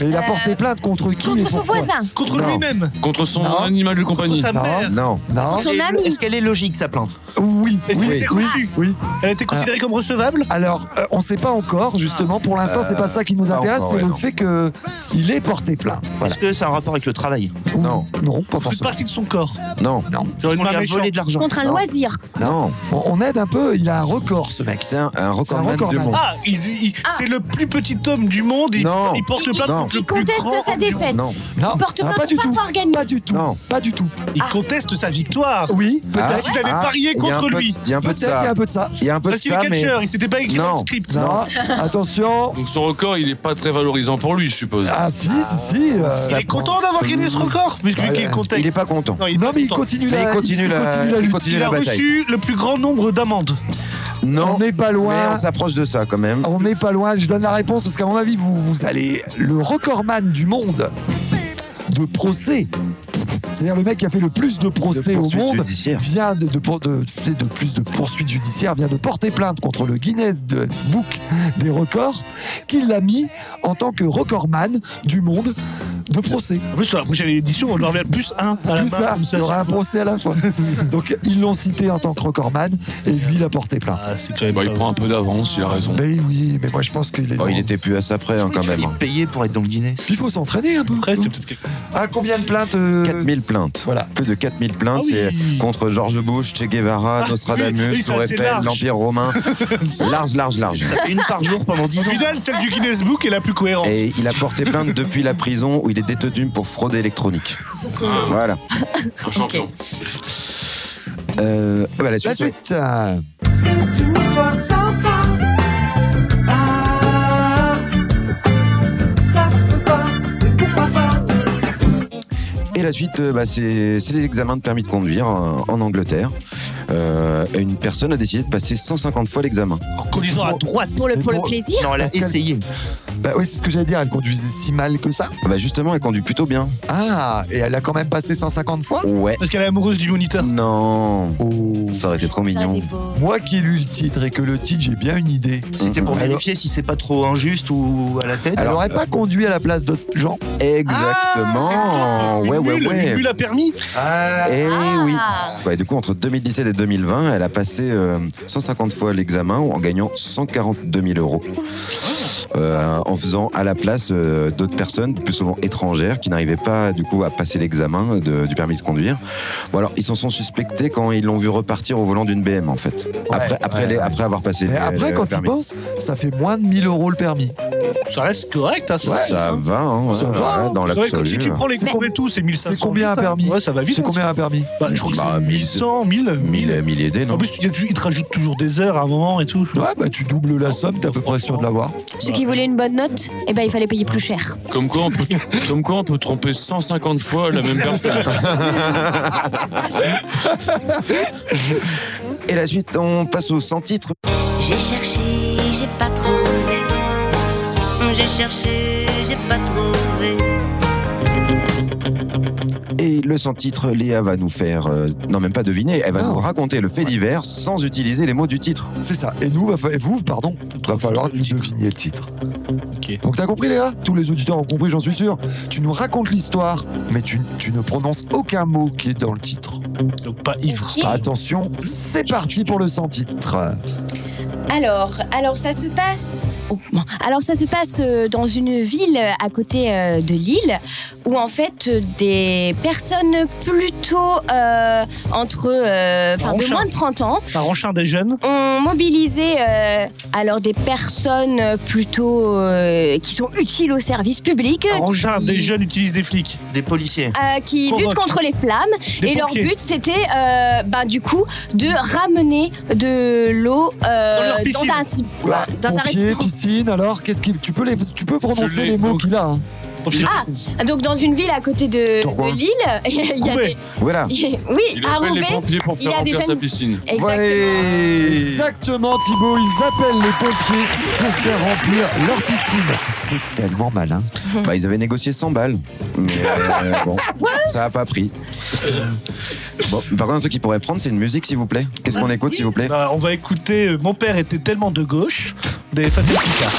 [SPEAKER 5] Mais il a
[SPEAKER 8] Euh,
[SPEAKER 5] porté plainte contre qui et
[SPEAKER 8] Contre son
[SPEAKER 5] pourquoi
[SPEAKER 8] voisin.
[SPEAKER 6] contre
[SPEAKER 1] Non.
[SPEAKER 6] lui-même,
[SPEAKER 9] Contre son
[SPEAKER 5] Non.
[SPEAKER 9] animal de
[SPEAKER 6] contre
[SPEAKER 9] compagnie.
[SPEAKER 6] sa
[SPEAKER 5] Non.
[SPEAKER 6] mère
[SPEAKER 1] Non.
[SPEAKER 5] Non,
[SPEAKER 8] Son
[SPEAKER 7] Et le-
[SPEAKER 8] ami.
[SPEAKER 7] Est-ce qu'elle est logique, sa plainte
[SPEAKER 5] oui,
[SPEAKER 6] Est-ce qu'il
[SPEAKER 5] oui,
[SPEAKER 6] était
[SPEAKER 5] oui,
[SPEAKER 6] reçu
[SPEAKER 5] oui.
[SPEAKER 6] Elle était considérée comme recevable
[SPEAKER 5] Alors, euh, on sait pas encore, justement, pour l'instant, c'est pas ça qui nous
[SPEAKER 1] pas
[SPEAKER 5] intéresse,
[SPEAKER 1] encore,
[SPEAKER 5] c'est
[SPEAKER 1] ouais,
[SPEAKER 5] le
[SPEAKER 1] non.
[SPEAKER 5] fait que il ait porté plainte. Voilà.
[SPEAKER 7] Est-ce que ça a un rapport avec le travail
[SPEAKER 1] Non.
[SPEAKER 5] Non, pas
[SPEAKER 6] Une
[SPEAKER 5] forcément.
[SPEAKER 6] partie de son corps.
[SPEAKER 1] Non.
[SPEAKER 5] Non.
[SPEAKER 6] Genre une
[SPEAKER 7] On lui
[SPEAKER 6] main
[SPEAKER 7] a
[SPEAKER 6] méchante.
[SPEAKER 7] volé de l'argent.
[SPEAKER 8] Contre un loisir.
[SPEAKER 1] Non.
[SPEAKER 5] On, on aide un peu, il a un record, ce mec.
[SPEAKER 1] C'est un, un
[SPEAKER 5] C'est un
[SPEAKER 1] recordman du
[SPEAKER 5] recordman.
[SPEAKER 1] monde.
[SPEAKER 6] Ah, il- il- c'est le plus petit homme du monde. Il,
[SPEAKER 1] Non.
[SPEAKER 6] il porte plainte
[SPEAKER 1] Non.
[SPEAKER 6] contre le
[SPEAKER 8] Il
[SPEAKER 6] plus
[SPEAKER 8] conteste
[SPEAKER 6] grand.
[SPEAKER 8] sa défaite.
[SPEAKER 1] Non.
[SPEAKER 5] Non,
[SPEAKER 8] Porte
[SPEAKER 5] ah,
[SPEAKER 8] plainte
[SPEAKER 5] pas Ah. du
[SPEAKER 8] pour
[SPEAKER 5] tout.
[SPEAKER 8] pas avoir gagné.
[SPEAKER 5] Pas du tout.
[SPEAKER 1] Non.
[SPEAKER 5] Pas du tout.
[SPEAKER 6] Il conteste sa victoire.
[SPEAKER 5] Oui,
[SPEAKER 1] Ah,
[SPEAKER 5] peut-être.
[SPEAKER 6] Tu l'avais
[SPEAKER 1] ah,
[SPEAKER 6] parié
[SPEAKER 1] il y a un
[SPEAKER 6] contre
[SPEAKER 1] peu-
[SPEAKER 6] lui.
[SPEAKER 1] Il y a un peu de
[SPEAKER 5] Peut-être il y a
[SPEAKER 1] ça.
[SPEAKER 5] un peu de ça.
[SPEAKER 1] Il y a un peu de
[SPEAKER 6] Parce qu'il
[SPEAKER 1] ça,
[SPEAKER 6] est
[SPEAKER 1] mais.
[SPEAKER 6] catcheur, il s'était pas écrit dans
[SPEAKER 1] Non.
[SPEAKER 6] le script.
[SPEAKER 5] Non,
[SPEAKER 1] Oh.
[SPEAKER 5] attention.
[SPEAKER 9] Donc son record, il est pas très valorisant pour lui, je suppose.
[SPEAKER 5] Ah si, si, si. euh,
[SPEAKER 6] Il est content d'avoir gagné ce record, vu vu
[SPEAKER 5] Ouais,
[SPEAKER 6] qu'il est contexte.
[SPEAKER 1] Il est pas content.
[SPEAKER 6] Non, il est
[SPEAKER 5] Non mais il
[SPEAKER 6] content.
[SPEAKER 5] continue
[SPEAKER 1] Mais
[SPEAKER 5] la,
[SPEAKER 1] il continue la- il
[SPEAKER 5] lutte.
[SPEAKER 1] continue
[SPEAKER 6] Il
[SPEAKER 1] la
[SPEAKER 6] a
[SPEAKER 1] bataille.
[SPEAKER 6] reçu le plus grand nombre d'amendes.
[SPEAKER 1] Non.
[SPEAKER 5] On n'est pas
[SPEAKER 1] Mais
[SPEAKER 5] loin.
[SPEAKER 1] on s'approche de ça quand même.
[SPEAKER 5] On n'est pas loin. Je donne la réponse parce qu'à mon avis, vous, vous allez le recordman du monde de procès. C'est-à-dire le mec qui a fait le plus de procès au
[SPEAKER 1] poursuites
[SPEAKER 5] monde
[SPEAKER 1] judiciaires.
[SPEAKER 5] vient de, de, pour- de- fait de plus de poursuites judiciaires, vient de porter plainte contre le Guinness de Book des records qu'il l'a mis en tant que recordman du monde de procès.
[SPEAKER 6] En plus, sur la prochaine édition, on leur met plus un à la
[SPEAKER 5] Tout
[SPEAKER 6] main.
[SPEAKER 5] ça,
[SPEAKER 6] comme
[SPEAKER 5] il y aura un procès à la fois. Donc ils l'ont cité en tant que recordman et lui il a porté plainte.
[SPEAKER 6] Ah, c'est quand même
[SPEAKER 9] Bah, il
[SPEAKER 6] pas
[SPEAKER 9] prend un peu d'avance, il a raison.
[SPEAKER 5] Ben oui, mais moi je pense qu'il est.
[SPEAKER 1] Oh,
[SPEAKER 5] dans-
[SPEAKER 1] il était plus à ça près hein, quand
[SPEAKER 7] Il
[SPEAKER 1] même.
[SPEAKER 7] fallait
[SPEAKER 1] hein.
[SPEAKER 7] payer pour être dans le dîner.
[SPEAKER 5] Il faut s'entraîner un peu.
[SPEAKER 6] Après, c'est peut-être quelque-
[SPEAKER 5] À combien de plaintes euh,
[SPEAKER 1] 4000 plaintes.
[SPEAKER 5] Voilà.
[SPEAKER 1] Plus de 4000 plaintes,
[SPEAKER 6] Ah oui.
[SPEAKER 1] c'est contre George Bush, Che Guevara,
[SPEAKER 6] Ah,
[SPEAKER 1] Nostradamus,
[SPEAKER 6] oui, oui, ça,
[SPEAKER 1] Tour
[SPEAKER 6] c'est
[SPEAKER 1] Eiffel,
[SPEAKER 6] large.
[SPEAKER 1] l'Empire romain. large, large, large.
[SPEAKER 7] Une par jour pendant 10
[SPEAKER 6] Au
[SPEAKER 7] ans.
[SPEAKER 6] final, celle du Guinness Book est la plus cohérente.
[SPEAKER 1] Et il a porté plainte depuis la prison où il est détenu pour fraude électronique. Voilà.
[SPEAKER 9] Un champion.
[SPEAKER 1] Euh, bah, la
[SPEAKER 5] La
[SPEAKER 1] suite.
[SPEAKER 5] suite. euh,
[SPEAKER 1] la suite, euh, bah, c'est c'est les examens de permis de conduire en, en Angleterre. Euh, et une personne a décidé de passer 150 fois l'examen.
[SPEAKER 6] En conduisant à droite.
[SPEAKER 8] Pour le- pour le plaisir.
[SPEAKER 7] Non, elle a
[SPEAKER 1] Parce qu'elle-
[SPEAKER 7] essayé.
[SPEAKER 5] Bah oui, c'est ce que j'allais dire. Elle conduisait si mal que ça.
[SPEAKER 1] Bah justement, elle conduit plutôt bien.
[SPEAKER 5] Ah, et elle a quand même passé 150 fois
[SPEAKER 1] Ouais.
[SPEAKER 6] Parce qu'elle est amoureuse du moniteur.
[SPEAKER 1] Non.
[SPEAKER 5] Oh.
[SPEAKER 1] Ça aurait été trop mignon.
[SPEAKER 5] Moi qui ai lu le titre et que le titre, j'ai bien une idée.
[SPEAKER 7] C'était pour
[SPEAKER 5] Alors-
[SPEAKER 7] vérifier si c'est pas trop injuste ou à la tête. euh,
[SPEAKER 5] Elle aurait pas conduit à la place d'autres gens.
[SPEAKER 6] Ah,
[SPEAKER 1] Exactement. ouais, ouais, ouais.
[SPEAKER 6] Lui l'a permis.
[SPEAKER 1] Eh oui.
[SPEAKER 8] Ah.
[SPEAKER 1] Ouais, du coup, entre 2017 et 2020, elle a passé euh, 150 fois l'examen en gagnant 142 000 euros. Euh, en faisant à la place euh, d'autres personnes, plus souvent étrangères, qui n'arrivaient pas du coup à passer l'examen de- du permis de conduire. Bon alors, ils s'en sont suspectés quand ils l'ont vu repartir au volant d'une BM en fait. Après, après,
[SPEAKER 5] ouais,
[SPEAKER 1] les-
[SPEAKER 5] ouais.
[SPEAKER 1] après avoir passé.
[SPEAKER 5] Mais
[SPEAKER 1] le-
[SPEAKER 5] après,
[SPEAKER 1] le
[SPEAKER 5] quand tu
[SPEAKER 1] permis.
[SPEAKER 5] penses, ça fait moins de 1000 euros le permis.
[SPEAKER 6] Ça reste correct, hein, ça.
[SPEAKER 1] ça va, hein,
[SPEAKER 5] Ça
[SPEAKER 1] ouais,
[SPEAKER 5] va.
[SPEAKER 1] ouais, dans
[SPEAKER 6] Ouais, quand
[SPEAKER 1] l'absolu.
[SPEAKER 6] tu, tu prends les cours et tout, c'est 1500.
[SPEAKER 5] hein. C'est combien un
[SPEAKER 6] putain.
[SPEAKER 5] permis
[SPEAKER 6] Ouais, ça va vite.
[SPEAKER 5] C'est
[SPEAKER 6] hein.
[SPEAKER 5] combien un permis
[SPEAKER 6] Bah, Je crois que
[SPEAKER 1] Bah,
[SPEAKER 6] c'est 1100, 1000.
[SPEAKER 1] 1000
[SPEAKER 6] 1000.
[SPEAKER 1] mille et des, non
[SPEAKER 6] En plus, il, y a tu- il te rajoute toujours des heures à un moment et tout.
[SPEAKER 5] Ouais, bah tu doubles la somme, t'es à peu près sûr de l'avoir.
[SPEAKER 8] Ceux qui voulaient une bonne note, eh ben, il fallait payer plus cher.
[SPEAKER 9] Comme quoi, on peut, comme quoi on peut tromper 150 fois la même personne.
[SPEAKER 1] Et la suite, on passe au 100 titres.
[SPEAKER 4] J'ai cherché, j'ai pas trouvé. J'ai cherché, j'ai pas trouvé.
[SPEAKER 1] Et le sans titre, Léa va nous faire, euh, non même pas deviner, elle va
[SPEAKER 5] Non.
[SPEAKER 1] nous raconter le fait divers sans utiliser les mots du titre.
[SPEAKER 5] Ah. C'est ça. Et nous, va fa- et vous, pardon, va falloir nous deviner le titre.
[SPEAKER 6] Ok.
[SPEAKER 5] Donc t'as compris Léa Tous les auditeurs ont compris, j'en suis sûr. Tu nous racontes l'histoire, mais tu, tu ne prononces aucun mot qui est dans le titre.
[SPEAKER 6] Donc, pas ivre.
[SPEAKER 5] Attention, c'est parti pour le sans titre.
[SPEAKER 8] Alors, alors ça se passe. oh, bon. Alors ça se passe euh, dans une ville à côté euh, de Lille où en fait euh, des personnes plutôt euh, entre, euh, enfin de
[SPEAKER 6] Renchards.
[SPEAKER 8] moins de 30 ans
[SPEAKER 6] Par enchant des jeunes.
[SPEAKER 8] ont mobilisé euh, alors des personnes plutôt euh, qui sont utiles au service public.
[SPEAKER 6] Par enchant
[SPEAKER 8] Oh, qui-
[SPEAKER 6] des jeunes utilisent des flics.
[SPEAKER 7] Des policiers.
[SPEAKER 8] euh, qui
[SPEAKER 6] Convoque.
[SPEAKER 8] luttent contre les flammes
[SPEAKER 6] Des
[SPEAKER 8] et leur
[SPEAKER 6] pompiers.
[SPEAKER 8] but c'était euh, ben, du coup de ramener de l'eau euh,
[SPEAKER 6] Dans leur piscine.
[SPEAKER 8] un si- dans un
[SPEAKER 5] Pompier,
[SPEAKER 8] restaurant.
[SPEAKER 5] piscine, alors qu'est-ce qu'il tu peux les tu peux prononcer
[SPEAKER 9] l'ai,
[SPEAKER 5] les mots
[SPEAKER 9] donc.
[SPEAKER 5] qu'il a hein.
[SPEAKER 8] Ah, donc dans une ville à côté de,
[SPEAKER 1] Tourcoing.
[SPEAKER 8] de Lille, il y a
[SPEAKER 6] Roubaix.
[SPEAKER 8] des...
[SPEAKER 1] Voilà.
[SPEAKER 8] Oui,
[SPEAKER 9] Il
[SPEAKER 8] à
[SPEAKER 9] appelle les
[SPEAKER 8] Roubaix.
[SPEAKER 9] pompiers pour
[SPEAKER 8] il
[SPEAKER 9] faire
[SPEAKER 8] a des
[SPEAKER 9] remplir sa
[SPEAKER 8] jeunes-
[SPEAKER 9] piscine.
[SPEAKER 8] Exactement.
[SPEAKER 1] Ouais.
[SPEAKER 5] Exactement Thibaut, ils appellent les pompiers pour faire remplir leur piscine. C'est tellement malin.
[SPEAKER 1] Bah, ils avaient négocié 100 balles, mais euh, bon, ça a pas pris. Bon, par contre, un truc qu'ils pourraient prendre, c'est une musique, s'il vous plaît. Qu'est-ce qu'on écoute, s'il vous plaît
[SPEAKER 6] Bah, on va écouter euh, Mon père était tellement de gauche des Fatal Picard.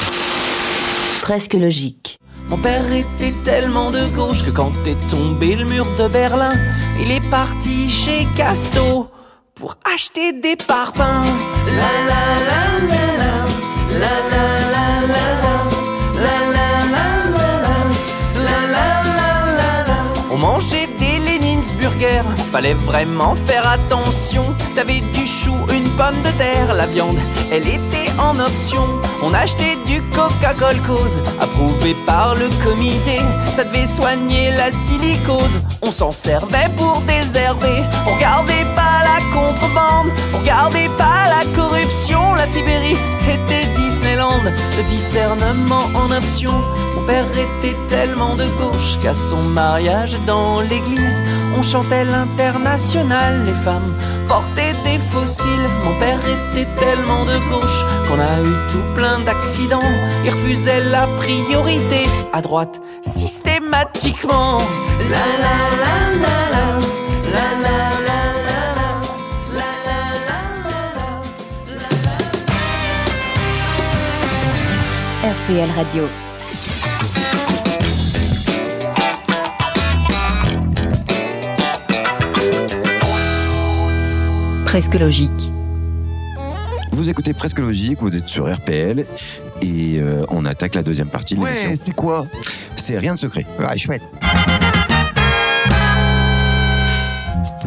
[SPEAKER 3] Presque logique.
[SPEAKER 10] Mon père était tellement de gauche que quand est tombé le mur de Berlin, il est parti chez Casto pour acheter des parpaings. La la la la la, la la la la la, la la la la la, la la la la la. On mangeait des Leninsburger, fallait vraiment faire attention. T'avais du chou, une pomme de terre, la viande, elle était en option. On achetait du Coca-Cola cause, approuvé par le comité. Ça devait soigner la silicose. On s'en servait pour désherber. On regardait pas la contrebande, on regardait pas la corruption. La Sibérie, c'était Disneyland. Le discernement en option. Mon père était tellement de gauche qu'à son mariage dans l'église, on chantait l'international. Les femmes portaient des fossiles. Mon père était tellement de gauche qu'on a eu tout plein d'accidents. Il refusait la priorité à droite systématiquement. La la la la la. La la la la la. La la la la la.
[SPEAKER 4] RPL Radio. Presque logique.
[SPEAKER 1] Vous écoutez Presque Logique, vous êtes sur RPL, et euh, on attaque la deuxième partie de
[SPEAKER 5] Ouais,
[SPEAKER 1] l'émission.
[SPEAKER 5] c'est quoi
[SPEAKER 1] C'est rien de secret.
[SPEAKER 5] Ah, chouette.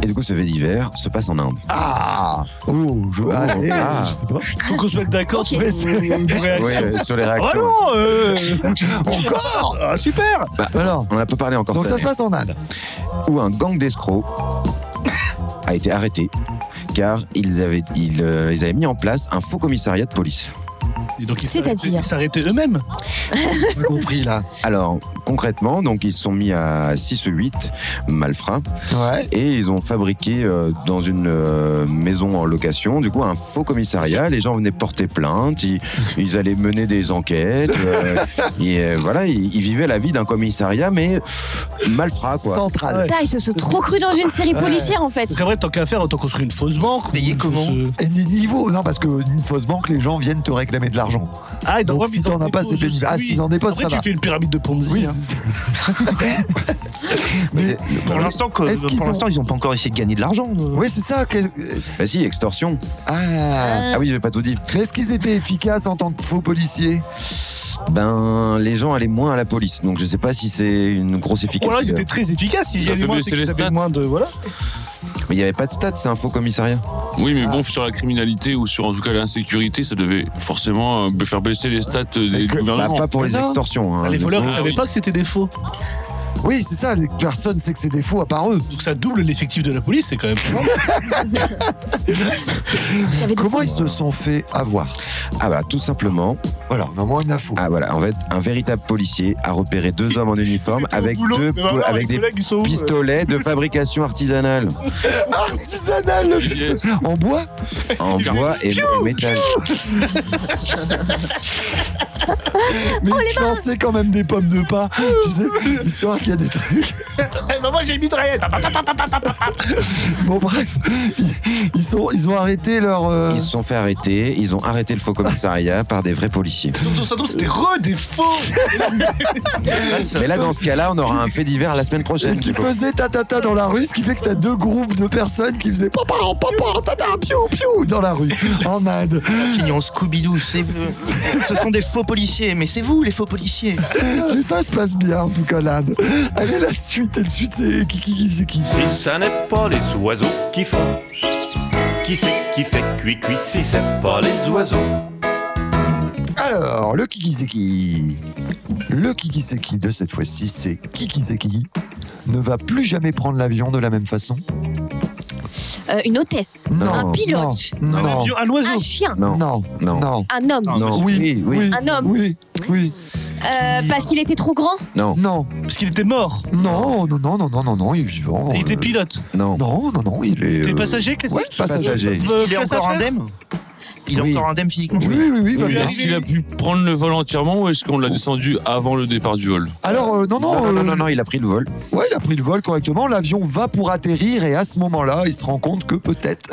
[SPEAKER 1] Et du coup, ce fait divers se passe en Inde.
[SPEAKER 5] Ah Oh, je, ah, eh,
[SPEAKER 1] ah.
[SPEAKER 5] je sais pas.
[SPEAKER 6] Faut qu'on se mette d'accord sur
[SPEAKER 8] Ok.
[SPEAKER 6] les sur les réactions.
[SPEAKER 1] Ouais, euh, sur les
[SPEAKER 6] Oh
[SPEAKER 1] réactions.
[SPEAKER 6] non euh,
[SPEAKER 5] Encore
[SPEAKER 6] ah, Super
[SPEAKER 5] Alors,
[SPEAKER 1] Bah, on n'a pas parlé encore
[SPEAKER 5] donc
[SPEAKER 1] cette
[SPEAKER 5] ça se passe en Inde.
[SPEAKER 1] où un gang d'escrocs a été arrêté car ils avaient, ils, euh, ils avaient mis en place un faux commissariat de police.
[SPEAKER 6] Et donc ils
[SPEAKER 8] C'est-à-dire
[SPEAKER 6] s'arrêtaient- ils s'arrêtaient eux-mêmes.
[SPEAKER 5] compris là.
[SPEAKER 1] Alors concrètement, donc ils se sont mis à 6 ou 8 malfrats et ils ont fabriqué euh, dans une euh, maison en location, du coup un faux commissariat. Les gens venaient porter plainte, ils, ils allaient mener des enquêtes. euh, et euh, voilà, ils, ils vivaient la vie d'un commissariat mais malfrat quoi.
[SPEAKER 8] Putain, ils se sont trop crus dans une série policière en fait.
[SPEAKER 6] C'est vrai, tant qu'à faire, autant construire une fausse banque. Payé comment
[SPEAKER 5] Et ni- niveau, non, parce qu'une fausse banque, les gens viennent te réclamer de l'argent.
[SPEAKER 6] Ah, et
[SPEAKER 5] Donc si t'en as pas, c'est pénible. Ah, s'ils en déposent,
[SPEAKER 6] Après,
[SPEAKER 5] ça
[SPEAKER 6] tu
[SPEAKER 5] va.
[SPEAKER 6] fais une pyramide de Ponzi.
[SPEAKER 5] Oui,
[SPEAKER 6] hein.
[SPEAKER 7] Mais pour l'instant, quoi,
[SPEAKER 5] est-ce
[SPEAKER 7] pour
[SPEAKER 5] qu'ils ont-
[SPEAKER 7] l'instant, ils n'ont pas encore essayé de gagner de l'argent. euh.
[SPEAKER 5] Oui, c'est ça.
[SPEAKER 1] Bah si, extorsion.
[SPEAKER 5] Ah,
[SPEAKER 1] oui, j'ai pas tout dit.
[SPEAKER 5] Mais est-ce qu'ils étaient efficaces en tant que faux policiers
[SPEAKER 1] Ben, les gens allaient moins à la police, donc je sais pas si c'est une grosse
[SPEAKER 6] Ou
[SPEAKER 1] efficacité.
[SPEAKER 6] alors Oh ils étaient très efficaces. Ils y
[SPEAKER 1] Ça
[SPEAKER 6] allaient
[SPEAKER 1] fait
[SPEAKER 6] moins,
[SPEAKER 1] baisser
[SPEAKER 6] c'est qu'ils
[SPEAKER 1] les
[SPEAKER 6] avaient
[SPEAKER 1] stats.
[SPEAKER 6] moins de. Voilà.
[SPEAKER 1] Mais il n'y avait pas de stats, c'est un faux commissariat.
[SPEAKER 9] Oui, mais bon, sur la criminalité ou sur en tout cas l'insécurité, ça devait forcément euh, faire baisser les stats euh, des gouvernements.
[SPEAKER 1] bah, pas pour les
[SPEAKER 9] Non.
[SPEAKER 1] extorsions, hein,
[SPEAKER 6] Ah, les voleurs, ils
[SPEAKER 9] Ah,
[SPEAKER 6] savaient
[SPEAKER 9] oui.
[SPEAKER 6] pas que c'était des faux.
[SPEAKER 5] Oui, c'est ça, les personnes sait que c'est des faux à part eux.
[SPEAKER 6] Donc ça double l'effectif de la police, c'est quand même.
[SPEAKER 5] Comment ils se sont fait avoir
[SPEAKER 1] Ah bah tout simplement.
[SPEAKER 5] Voilà, on a moins une info.
[SPEAKER 1] Ah voilà, en fait, un véritable policier a repéré deux hommes en uniforme avec
[SPEAKER 6] boulot,
[SPEAKER 1] deux
[SPEAKER 6] mais vraiment,
[SPEAKER 1] po-
[SPEAKER 6] les
[SPEAKER 1] avec des
[SPEAKER 6] collègues, ils sont où, euh
[SPEAKER 1] pistolets de fabrication artisanale
[SPEAKER 5] Artisanal, le pistolet. En bois
[SPEAKER 1] en bois et, et métal.
[SPEAKER 5] Mais ils se lançaient quand même des pommes de pain. Tu sais, histoire qu'il y a des trucs.
[SPEAKER 6] Eh, maman, j'ai une mitraillette.
[SPEAKER 5] Bon, bref, ils, ils sont, ils ont arrêté leur. euh,
[SPEAKER 1] Ils se sont fait arrêter, ils ont arrêté le faux commissariat par des vrais policiers.
[SPEAKER 6] Donc ça tombe, c'était re des faux.
[SPEAKER 1] Mais là, dans ce cas-là, on aura un fait divers la semaine prochaine.
[SPEAKER 5] qui
[SPEAKER 1] Kiko.
[SPEAKER 5] faisaient tatata dans la rue, ce qui fait que t'as deux groupes de personnes qui faisaient papa, papa, tata, piou, piou dans la rue, en Inde.
[SPEAKER 7] Fini en Scooby-Doo. c'est- Ce sont des faux policiers, mais c'est vous les faux policiers.
[SPEAKER 5] Et ça se passe bien, en tout cas, l'Inde. Allez, la suite, et le suite, c'est qui, qui, qui, c'est qui
[SPEAKER 11] Si ça n'est pas les oiseaux qui font, qui c'est qui fait cuicui si c'est pas les oiseaux
[SPEAKER 5] Alors, le qui, qui, c'est qui Le qui, qui, c'est qui de cette fois-ci, c'est qui, qui, c'est qui ne va plus jamais prendre l'avion de la même façon
[SPEAKER 8] Euh, une hôtesse,
[SPEAKER 5] Non,
[SPEAKER 8] un pilote,
[SPEAKER 5] non, non.
[SPEAKER 6] un oiseau,
[SPEAKER 8] un chien,
[SPEAKER 1] Non,
[SPEAKER 5] non,
[SPEAKER 1] non,
[SPEAKER 5] non,
[SPEAKER 8] un homme,
[SPEAKER 1] non,
[SPEAKER 5] oui,
[SPEAKER 1] oui,
[SPEAKER 5] oui,
[SPEAKER 8] un homme,
[SPEAKER 5] oui, oui,
[SPEAKER 8] Euh, parce qu'il était trop grand.
[SPEAKER 1] non,
[SPEAKER 5] non,
[SPEAKER 6] parce qu'il était mort.
[SPEAKER 5] non, non, non, non, non, non, non, il est vivant.
[SPEAKER 6] Il était
[SPEAKER 5] euh,
[SPEAKER 6] pilote.
[SPEAKER 1] non,
[SPEAKER 5] Non, non, non, il est.
[SPEAKER 6] Il était
[SPEAKER 5] euh,
[SPEAKER 6] passager classique.
[SPEAKER 5] Ouais, passager.
[SPEAKER 6] Euh,
[SPEAKER 7] Il est
[SPEAKER 6] classe
[SPEAKER 7] encore
[SPEAKER 6] affaires
[SPEAKER 7] indemne Il est
[SPEAKER 1] Oui.
[SPEAKER 7] encore indemne physiquement
[SPEAKER 5] Oui, oui, oui, il va
[SPEAKER 9] Mais
[SPEAKER 5] bien.
[SPEAKER 9] Est-ce qu'il a pu prendre le vol entièrement ou est-ce qu'on l'a descendu avant le départ du vol
[SPEAKER 5] Alors, euh, non, non,
[SPEAKER 1] non, non,
[SPEAKER 5] euh,
[SPEAKER 1] non, non, il a pris le vol.
[SPEAKER 5] Ouais, il a pris le vol correctement. L'avion va pour atterrir et à ce moment-là, il se rend compte que peut-être.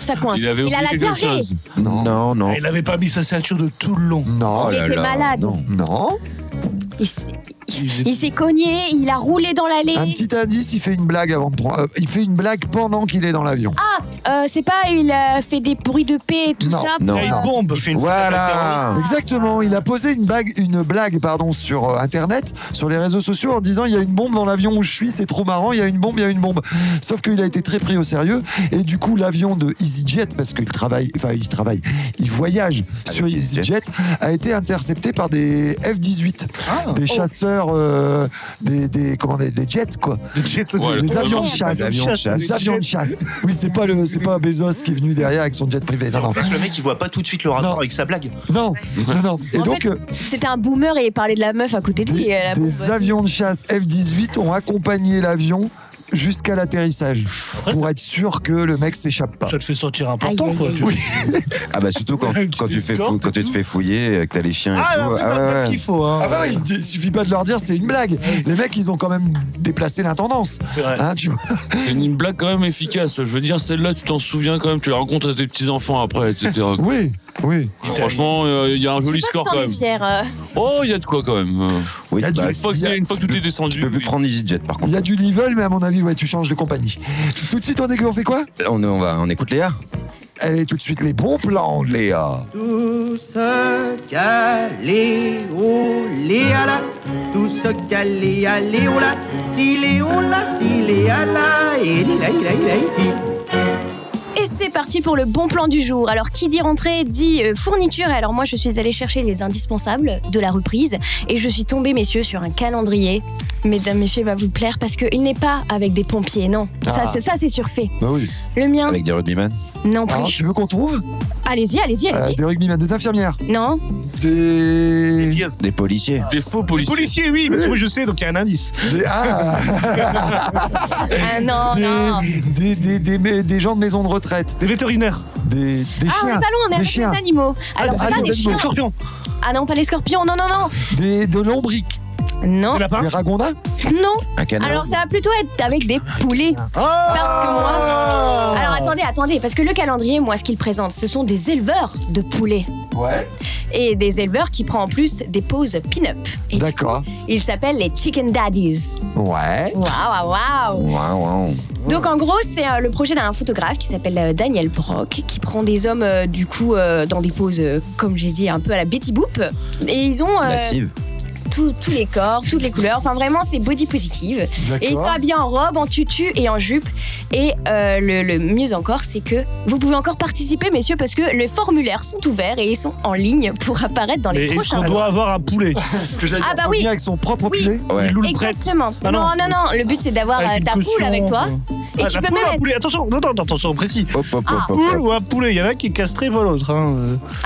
[SPEAKER 8] Ça coince.
[SPEAKER 9] Il avait
[SPEAKER 8] a
[SPEAKER 9] oublié
[SPEAKER 8] la
[SPEAKER 9] quelque
[SPEAKER 8] diarrhée.
[SPEAKER 9] chose.
[SPEAKER 5] Non, non,
[SPEAKER 1] Non, non,
[SPEAKER 6] Il n'avait pas mis sa ceinture de tout le long.
[SPEAKER 5] non,
[SPEAKER 8] Il était malade.
[SPEAKER 5] non.
[SPEAKER 8] Il s- Il s'est cogné, il a roulé dans l'allée.
[SPEAKER 5] Un petit indice, il fait une blague avant de prendre. euh, il fait une blague pendant qu'il est dans l'avion.
[SPEAKER 8] Euh, c'est pas, il a fait des bruits de paix et tout
[SPEAKER 5] Non,
[SPEAKER 8] ça.
[SPEAKER 1] non,
[SPEAKER 8] pour-
[SPEAKER 6] Il y a une bombe.
[SPEAKER 7] Il fait une
[SPEAKER 1] Voilà.
[SPEAKER 5] Exactement, il a posé une, bague, une blague pardon, sur euh, Internet, sur les réseaux sociaux, en disant il y a une bombe dans l'avion où je suis, c'est trop marrant, il y a une bombe, il y a une bombe. Sauf qu'il a été très pris au sérieux, et du coup l'avion de EasyJet, parce qu'il travaille, enfin il travaille, il voyage sur
[SPEAKER 1] EasyJet.
[SPEAKER 5] EasyJet, a été intercepté par des F-18, des chasseurs, euh, des, des, comment, des, des jets quoi.
[SPEAKER 9] Ouais,
[SPEAKER 5] des
[SPEAKER 9] le
[SPEAKER 5] avions
[SPEAKER 9] problème,
[SPEAKER 5] de chasse.
[SPEAKER 9] c'est
[SPEAKER 5] Des avions de chasse.
[SPEAKER 6] Des
[SPEAKER 5] Oui, c'est pas, le, c'est pas Bezos qui est venu derrière avec son jet privé. Non, non.
[SPEAKER 7] En plus, le mec, il voit pas tout de suite le rapport
[SPEAKER 5] Non.
[SPEAKER 7] avec sa blague.
[SPEAKER 5] Non, non, non. Et
[SPEAKER 8] En
[SPEAKER 5] donc,
[SPEAKER 8] fait,
[SPEAKER 5] euh,
[SPEAKER 8] C'était un boomer et il parlait de la meuf à côté de lui.
[SPEAKER 5] des,
[SPEAKER 8] et la
[SPEAKER 5] des
[SPEAKER 8] bombe.
[SPEAKER 5] avions de chasse F-18 ont accompagné l'avion jusqu'à l'atterrissage pour être sûr que le mec s'échappe pas.
[SPEAKER 6] Ça te fait sentir important,
[SPEAKER 8] Aïe,
[SPEAKER 6] quoi.
[SPEAKER 8] aïe,
[SPEAKER 6] tu-
[SPEAKER 1] Ah bah surtout quand,
[SPEAKER 6] Qui
[SPEAKER 1] quand tu fais
[SPEAKER 6] t'escorte
[SPEAKER 1] fou-
[SPEAKER 6] et
[SPEAKER 1] quand tu te
[SPEAKER 6] tout.
[SPEAKER 1] fais fouiller, euh, que t'as les chiens et
[SPEAKER 6] Ah,
[SPEAKER 1] tout.
[SPEAKER 6] non,
[SPEAKER 1] Ah ouais,
[SPEAKER 6] pas ce
[SPEAKER 1] ouais.
[SPEAKER 6] qu'il faut, hein.
[SPEAKER 5] Ah bah oui, il suffit pas de leur dire c'est une blague. Les mecs, ils ont quand même déplacé l'intendance.
[SPEAKER 6] C'est vrai.
[SPEAKER 5] Hein, tu vois.
[SPEAKER 9] C'est une blague quand même efficace. Je veux dire, celle-là, tu t'en souviens quand même, tu la racontes à tes petits-enfants après, etc.
[SPEAKER 5] Oui, oui.
[SPEAKER 9] Franchement, euh, il y a un
[SPEAKER 8] Je sais
[SPEAKER 9] joli
[SPEAKER 8] pas
[SPEAKER 9] score
[SPEAKER 8] si
[SPEAKER 9] quand
[SPEAKER 8] t'en es
[SPEAKER 9] même.
[SPEAKER 8] fier, euh.
[SPEAKER 9] Oh, il y a de quoi quand même. Euh,
[SPEAKER 1] Oui,
[SPEAKER 5] Il y a du-
[SPEAKER 1] bah,
[SPEAKER 9] Une fois que,
[SPEAKER 5] il y a-
[SPEAKER 9] c'est- une fois que tout est
[SPEAKER 1] tu
[SPEAKER 9] descendu.
[SPEAKER 1] peux plus
[SPEAKER 9] oui.
[SPEAKER 1] prendre EasyJet par
[SPEAKER 5] Il
[SPEAKER 1] contre.
[SPEAKER 5] y a du level, mais à mon avis, ouais, tu changes de compagnie. Tout de suite, on, est- on fait quoi
[SPEAKER 1] On, on va, on écoute Léa.
[SPEAKER 5] Allez, tout de suite, les bons plans, Léa.
[SPEAKER 12] Tous calés au léala, tous calés à léola, si léola, si léala, et lila, lila, lila, lila.
[SPEAKER 8] Et c'est c'est parti pour le bon plan du jour. Alors, qui dit rentrée dit euh, fourniture. Et Alors, moi, je suis allée chercher les indispensables de la reprise et je suis tombée, messieurs, sur un calendrier. Mesdames, messieurs, il va vous plaire parce qu'il n'est pas avec des pompiers, non. Ça,
[SPEAKER 1] Ah.
[SPEAKER 8] c'est- Ça, c'est surfait.
[SPEAKER 5] Bah oui.
[SPEAKER 8] Le mien,
[SPEAKER 1] Avec des rugbyman
[SPEAKER 8] non plus.
[SPEAKER 5] Alors, Ah, tu veux qu'on trouve
[SPEAKER 8] Allez-y, allez-y, Ah,
[SPEAKER 5] Euh,
[SPEAKER 8] allez-y.
[SPEAKER 5] Des rugbymen, des infirmières
[SPEAKER 8] Non.
[SPEAKER 5] Des.
[SPEAKER 1] Des policiers.
[SPEAKER 9] Des faux policiers.
[SPEAKER 6] Policier, oui, parce que moi je sais, donc il y a un indice.
[SPEAKER 8] Ah non, non.
[SPEAKER 5] Des, des, des, mais- des gens de maison de retraite.
[SPEAKER 6] Des vétérinaires.
[SPEAKER 5] Des, des chiens.
[SPEAKER 8] Ah, on est pas loin, on est
[SPEAKER 5] des
[SPEAKER 8] avec
[SPEAKER 5] chiens.
[SPEAKER 8] les animaux. Alors,
[SPEAKER 5] des
[SPEAKER 8] c'est pas
[SPEAKER 5] animaux,
[SPEAKER 8] des
[SPEAKER 5] des animaux.
[SPEAKER 8] chiens.
[SPEAKER 5] Scorpions.
[SPEAKER 8] Ah non, pas les scorpions, non, non, non.
[SPEAKER 5] Des, de l'ombrique.
[SPEAKER 8] Non. Des
[SPEAKER 5] Des ragondins
[SPEAKER 8] Non.
[SPEAKER 1] Un canard. Ah.
[SPEAKER 8] Alors ça va plutôt être avec des poulets. parce que moi... Alors attendez, attendez, parce que le calendrier, moi, ce qu'il présente, ce sont des éleveurs de poulets.
[SPEAKER 5] Ouais.
[SPEAKER 8] Et des éleveurs qui prennent en plus des pauses pin-up. Et du
[SPEAKER 5] D'accord.
[SPEAKER 8] coup, Ils s'appellent les Chicken Daddies.
[SPEAKER 5] Ouais.
[SPEAKER 8] Waouh, waouh, waouh
[SPEAKER 1] Waouh,
[SPEAKER 8] donc en gros, c'est euh, le projet d'un photographe qui s'appelle euh, Daniel Brock, qui prend des hommes euh, du coup euh, dans des poses, euh, comme j'ai dit, un peu à la Betty Boop, et ils ont euh,
[SPEAKER 1] Massive.
[SPEAKER 8] tous- tous les corps, toutes les couleurs. Enfin vraiment, c'est body positive.
[SPEAKER 1] D'accord.
[SPEAKER 8] Et ils sont habillés en robe, en tutu et en jupe. Et euh, le, le mieux encore, c'est que vous pouvez encore participer, messieurs, parce que les formulaires sont ouverts et ils sont en ligne pour apparaître dans les
[SPEAKER 6] Mais est-ce
[SPEAKER 8] prochains.
[SPEAKER 6] qu'on doit avoir un poulet
[SPEAKER 8] Ah bah oui.
[SPEAKER 5] Avec son propre
[SPEAKER 8] Oui.
[SPEAKER 5] poulet.
[SPEAKER 6] Il nous le prête.
[SPEAKER 8] Exactement.
[SPEAKER 6] Ah
[SPEAKER 8] non,
[SPEAKER 6] non.
[SPEAKER 8] non, non. Le but c'est d'avoir euh,
[SPEAKER 6] Avec une
[SPEAKER 8] ta poule
[SPEAKER 6] caution,
[SPEAKER 8] avec toi.
[SPEAKER 6] quoi.
[SPEAKER 8] Et
[SPEAKER 6] Ah,
[SPEAKER 8] tu
[SPEAKER 6] la
[SPEAKER 8] peux
[SPEAKER 6] poule,
[SPEAKER 8] même
[SPEAKER 6] un
[SPEAKER 8] être-
[SPEAKER 6] poulet. Attention, non, non, attention, précis.
[SPEAKER 1] Hop, hop,
[SPEAKER 8] Ah. hop,
[SPEAKER 6] Poule
[SPEAKER 8] hop.
[SPEAKER 6] ou un poulet Il y en a qui est castré, pas l'autre. hein.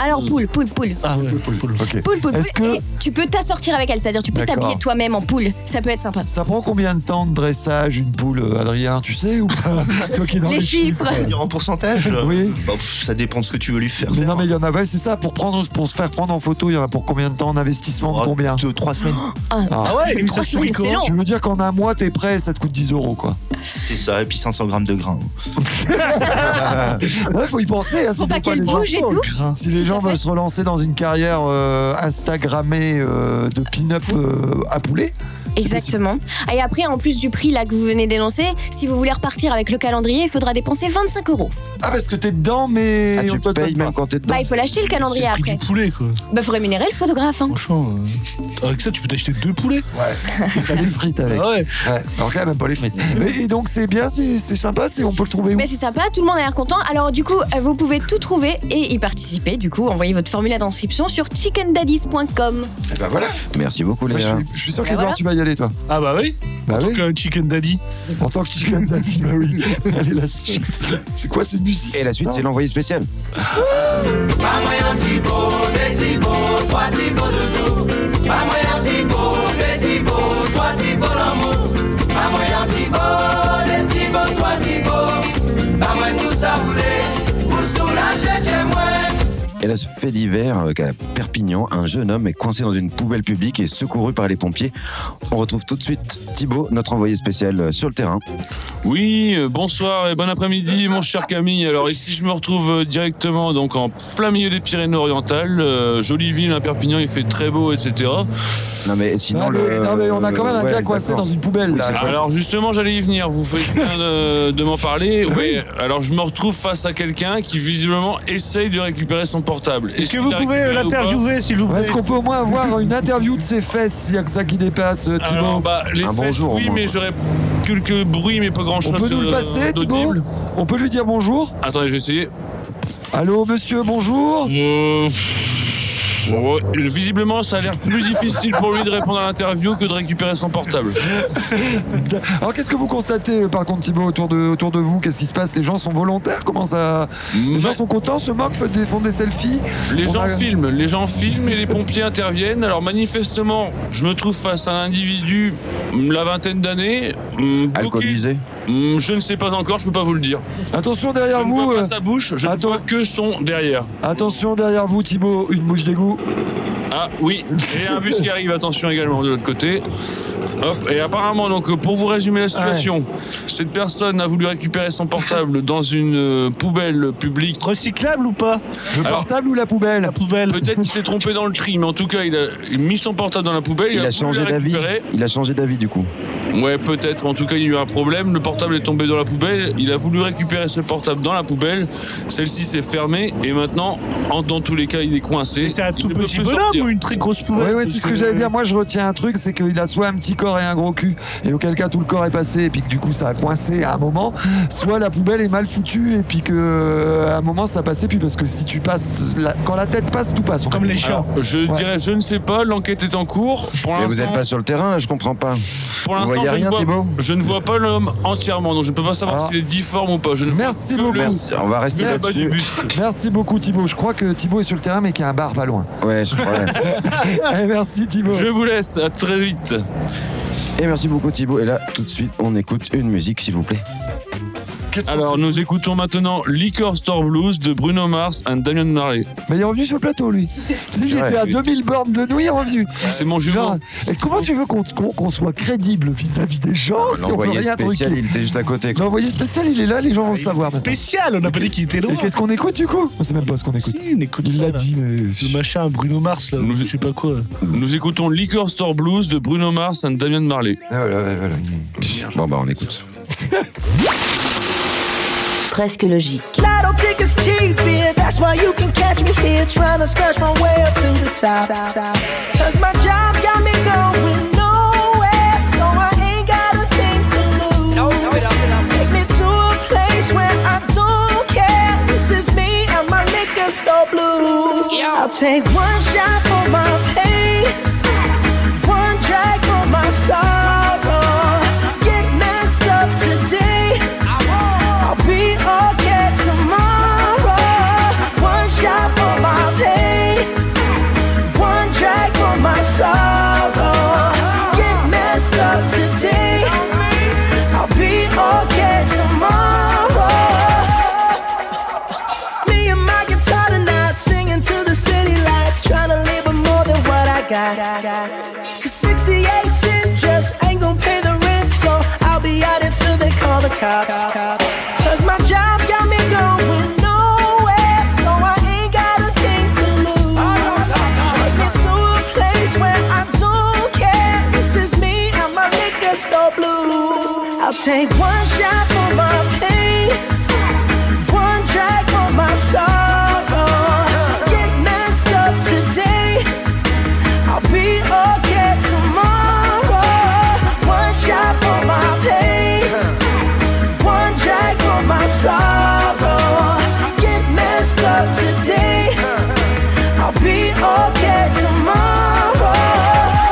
[SPEAKER 8] Alors poule, poule, poule.
[SPEAKER 6] Ah ouais, poule, poule.
[SPEAKER 8] Poule, poule,
[SPEAKER 5] Est-ce
[SPEAKER 8] poule.
[SPEAKER 5] que-
[SPEAKER 8] Et tu peux t'assortir avec elle, c'est-à-dire tu peux
[SPEAKER 5] D'accord.
[SPEAKER 8] t'habiller toi-même en poule. Ça peut être sympa.
[SPEAKER 5] Ça prend combien de temps de dressage une poule, euh, Adrien Tu sais ou pas Toi qui es dans
[SPEAKER 8] Les
[SPEAKER 5] les,
[SPEAKER 8] chiffres.
[SPEAKER 7] Dire En pourcentage
[SPEAKER 5] Oui.
[SPEAKER 7] Bah, pff, ça dépend de ce que tu veux lui faire.
[SPEAKER 5] Mais non, mais il y en a, ouais, c'est ça, pour, prendre, pour se faire prendre en photo, il y en a pour combien de temps en investissement de Combien
[SPEAKER 7] Oh, Deux, trois semaines.
[SPEAKER 6] Ah ouais, mais
[SPEAKER 8] Trois
[SPEAKER 6] ça se
[SPEAKER 8] semaines,
[SPEAKER 6] fait
[SPEAKER 8] c'est
[SPEAKER 6] comment
[SPEAKER 5] Tu veux dire qu'en un mois, t'es prêt, ça te coûte 10 euros, quoi.
[SPEAKER 7] C'est ça, et puis 500 grammes de grains.
[SPEAKER 5] Ouais, faut y penser. hein,
[SPEAKER 8] Faut
[SPEAKER 5] c'est
[SPEAKER 8] pas
[SPEAKER 5] des fois,
[SPEAKER 8] qu'elle
[SPEAKER 5] les gens-
[SPEAKER 6] Oh,
[SPEAKER 8] bouge et tout.
[SPEAKER 5] Si les gens veulent se relancer dans une carrière euh, Instagrammée euh, de pin-up euh, à poulet,
[SPEAKER 8] Exactement. Ah, Et après, en plus du prix là que vous venez d'énoncer, si vous voulez repartir avec le calendrier, il faudra dépenser 25 euros.
[SPEAKER 5] ah parce que t'es dedans, mais
[SPEAKER 1] Ah, tu payes même quand t'es dedans.
[SPEAKER 8] Bah, il faut l'acheter le calendrier
[SPEAKER 6] Prix
[SPEAKER 8] après.
[SPEAKER 6] du poulet, quoi.
[SPEAKER 8] Bah, faut rémunérer le photographe. hein.
[SPEAKER 6] Franchement, euh, avec ça, tu peux t'acheter deux poulets.
[SPEAKER 5] t'as des frites avec.
[SPEAKER 6] Ah ouais.
[SPEAKER 5] Ouais, alors que là, même pas les frites.
[SPEAKER 8] Mm.
[SPEAKER 5] Mais- et donc c'est bien, c'est c'est sympa, c'est- on peut le trouver où
[SPEAKER 8] Mais Bah, c'est sympa, tout le monde a l'air content. Alors du coup, euh, vous pouvez tout trouver et y participer. Du coup, envoyez votre formulaire d'inscription sur chickendaddies.com.
[SPEAKER 5] Eh ben voilà.
[SPEAKER 1] Merci beaucoup,
[SPEAKER 5] Moi,
[SPEAKER 1] les
[SPEAKER 5] je,
[SPEAKER 1] gars.
[SPEAKER 5] suis, je suis sûr
[SPEAKER 8] Bah
[SPEAKER 5] qu'Edouard,
[SPEAKER 8] voilà.
[SPEAKER 5] tu vas y aller, toi.
[SPEAKER 6] Ah bah oui.
[SPEAKER 5] Bah
[SPEAKER 6] Donc
[SPEAKER 5] oui,
[SPEAKER 6] un chicken daddy.
[SPEAKER 5] en tant que chicken daddy, bah oui. Allez, la suite. C'est quoi cette musique
[SPEAKER 1] Et la suite, c'est l'envoyé spécial.
[SPEAKER 12] Pas moyen Thibaut, des Thibaut, trois Thibaut de tout. Pas moyen Thibaut, des Thibaut, trois Thibaut l'amour. Pas moyen Thibaut, des Thibaut, trois Thibaut. Pas moyen tout ça rouler, pour soulager chez moi.
[SPEAKER 1] Et là, ce fait d'hiver qu'à Perpignan, un jeune homme est coincé dans une poubelle publique et secouru par les pompiers. On retrouve tout de suite Thibaut, notre envoyé spécial euh, sur le terrain.
[SPEAKER 9] Oui, euh, bonsoir et bon après-midi, mon cher Camille. Alors ici, je me retrouve euh, directement donc en plein milieu des Pyrénées-Orientales. Euh, jolie ville, à Perpignan, il fait très beau, etc.
[SPEAKER 1] Non, mais sinon.
[SPEAKER 5] Ah, mais-
[SPEAKER 1] le-
[SPEAKER 5] non, mais on a quand même un
[SPEAKER 1] Ouais,
[SPEAKER 5] gars coincé dans
[SPEAKER 1] d'accord.
[SPEAKER 5] une poubelle, là.
[SPEAKER 9] Alors justement, j'allais y venir. Vous faites bien de, de m'en parler. Oui. Alors je me retrouve face à quelqu'un qui visiblement essaye de récupérer son portable.
[SPEAKER 6] Est-ce que vous
[SPEAKER 9] qu'il a
[SPEAKER 6] pouvez euh,
[SPEAKER 9] récupéré ou pas
[SPEAKER 6] l'interviewer, s'il vous plaît
[SPEAKER 5] Est-ce qu'on peut au moins avoir une interview de ses fesses, il y a que ça qui dépasse, euh, Thibaut
[SPEAKER 9] Alors, bah, les
[SPEAKER 1] Un
[SPEAKER 9] fesses,
[SPEAKER 1] Ah, bonjour, au
[SPEAKER 9] oui,
[SPEAKER 1] moins,
[SPEAKER 9] mais
[SPEAKER 1] quoi.
[SPEAKER 9] j'aurais quelques bruits, mais pas
[SPEAKER 5] On
[SPEAKER 9] grand-chose.
[SPEAKER 5] peut nous le
[SPEAKER 9] euh,
[SPEAKER 5] passer, Thibaut
[SPEAKER 9] d'audible.
[SPEAKER 5] On peut lui dire bonjour
[SPEAKER 9] Attendez, je vais essayer.
[SPEAKER 5] Allô, monsieur, bonjour
[SPEAKER 9] Euh, pff, ouais, Visiblement, ça a l'air plus difficile pour lui de répondre à l'interview que de récupérer son portable.
[SPEAKER 5] Alors, qu'est-ce que vous constatez, euh, par contre, Thibaut, autour de, autour de vous Qu'est-ce qui se passe Les gens sont volontaires Comment ça Les
[SPEAKER 9] Mais-
[SPEAKER 5] gens sont contents, se moquent, font des, font des selfies
[SPEAKER 9] Les
[SPEAKER 5] On
[SPEAKER 9] gens
[SPEAKER 5] a-
[SPEAKER 9] filment, les gens filment et les pompiers interviennent. Alors manifestement, je me trouve face à un individu, hum, la vingtaine d'années, hum, bouclé-
[SPEAKER 1] Alcoolisé.
[SPEAKER 9] Hum, Je ne sais pas encore, je peux pas vous le dire.
[SPEAKER 5] Attention
[SPEAKER 9] Je
[SPEAKER 5] derrière
[SPEAKER 9] ne
[SPEAKER 5] vous
[SPEAKER 9] vois
[SPEAKER 5] euh,
[SPEAKER 9] pas sa bouche, je ne
[SPEAKER 5] attends.
[SPEAKER 9] vois que son derrière.
[SPEAKER 5] Attention derrière vous, Thibaut, une mouche d'égout.
[SPEAKER 9] Ah oui, et un bus qui arrive, attention également de l'autre côté. Hop, et apparemment, donc, pour vous résumer la situation, cette personne a voulu récupérer son portable dans une euh, poubelle publique.
[SPEAKER 6] Recyclable ou pas
[SPEAKER 5] Le
[SPEAKER 9] Alors-
[SPEAKER 5] portable ou la poubelle
[SPEAKER 6] La poubelle.
[SPEAKER 9] Peut-être qu'il s'est trompé dans le tri, mais en tout cas, il a il a mis son portable dans la poubelle.
[SPEAKER 1] Il a
[SPEAKER 9] voulu
[SPEAKER 1] changé
[SPEAKER 9] la
[SPEAKER 1] d'avis.
[SPEAKER 9] récupérer.
[SPEAKER 1] Il a changé d'avis, du coup.
[SPEAKER 9] Ouais, peut-être. En tout cas, il y a eu un problème. Le portable est tombé dans la poubelle. Il a voulu récupérer ce portable dans la poubelle. Celle-ci s'est fermée et maintenant, en, dans tous les cas, il est coincé.
[SPEAKER 6] C'est un
[SPEAKER 9] Il
[SPEAKER 6] tout
[SPEAKER 9] ne peut
[SPEAKER 6] petit
[SPEAKER 9] plus
[SPEAKER 6] bonhomme
[SPEAKER 9] sortir.
[SPEAKER 6] ou une très grosse poubelle
[SPEAKER 5] Oui, oui, c'est ce que j'allais dire. Moi, je retiens un truc, c'est qu'il a soit un petit petit corps et un gros cul, et auquel cas tout le corps est passé, et puis que du coup ça a coincé à un moment, soit la poubelle est mal foutue, et puis que euh, à un moment ça passait, puis parce que si tu passes, la- quand la tête passe, tout passe. Comme les
[SPEAKER 9] Alors, je
[SPEAKER 5] Ouais.
[SPEAKER 9] dirais, je ne sais pas, l'enquête est en cours. Pour
[SPEAKER 1] Mais vous
[SPEAKER 9] l'instant-
[SPEAKER 1] n'êtes pas sur le terrain, là, je comprends pas.
[SPEAKER 9] Pour
[SPEAKER 1] vous
[SPEAKER 9] l'instant,
[SPEAKER 1] voyez
[SPEAKER 9] je,
[SPEAKER 1] rien,
[SPEAKER 9] ne vois-
[SPEAKER 1] Thibaut Ah.
[SPEAKER 9] je ne vois pas l'homme entièrement, donc je ne peux pas savoir s'il est difforme ou pas. Je ne
[SPEAKER 5] Merci beaucoup.
[SPEAKER 1] Merci, on va rester là-dessus.
[SPEAKER 5] Merci beaucoup Thibaut. Je crois que Thibaut est sur le terrain, mais qu'il y a un bar pas loin.
[SPEAKER 1] Ouais, je crois.
[SPEAKER 5] Allez, Eh, merci Thibaut.
[SPEAKER 9] Je vous laisse, à très vite.
[SPEAKER 1] Et merci beaucoup, Thibaut. Et là, tout de suite, on écoute une musique, s'il vous plaît.
[SPEAKER 9] Alors, nous écoutons maintenant Liquor Store Blues de Bruno Mars et Damien Marley.
[SPEAKER 5] Mais il est revenu sur le plateau, lui. Il était à 2000 bornes de nous, il est revenu.
[SPEAKER 9] C'est mon jumeau.
[SPEAKER 5] Genre, Et comment tu veux qu'on qu'on- qu'on soit crédible vis-à-vis des gens Oh, si on peut
[SPEAKER 1] Ah, L'envoyé
[SPEAKER 5] rien
[SPEAKER 1] spécial,
[SPEAKER 5] truquer
[SPEAKER 1] il était juste à côté. quoi.
[SPEAKER 5] L'envoyé spécial, il est là, les gens vont
[SPEAKER 9] Ah,
[SPEAKER 5] le savoir.
[SPEAKER 6] Spécial, on a pas dit qu'il était loin.
[SPEAKER 5] Et qu'est-ce qu'on écoute du coup On sait même pas ce qu'on écoute. il l'a dit, mais.
[SPEAKER 6] Le machin, Bruno Mars, là, je sais pas quoi.
[SPEAKER 9] Nous écoutons Liquor Store Blues de Bruno Mars et Damien Marley.
[SPEAKER 1] Ah, Bon, bah, on écoute.
[SPEAKER 3] Presque logique.
[SPEAKER 13] I don't think it's cheap here. That's why you can catch me here trying to scratch my way up to the top. Cause my job got me going nowhere, so I ain't got a thing to lose. Take me to a place where I don't care. This is me and my liquor store blues. I'll take one shot for my pain, one drag for my sorrow. Get messed up today. I'll be okay tomorrow. One shot for my pain, one drag for my sorrow. Get messed up today. I'll be okay tomorrow. Me and my guitar tonight, singing to the city lights, trying to live with more than what I got. Cause 68 cent just ain't gonna pay the rent, so I'll be out until they call the cops. Cause my job got me going nowhere, so I ain't got a thing to lose. Take me to a place where I don't care. This is me and my liquor store blues. I'll take one shot for my pain. One drag for my sorrow. Get messed up today. I'll be okay tomorrow. One shot for my pain. One drag for my sorrow. Get messed up today. I'll be okay tomorrow.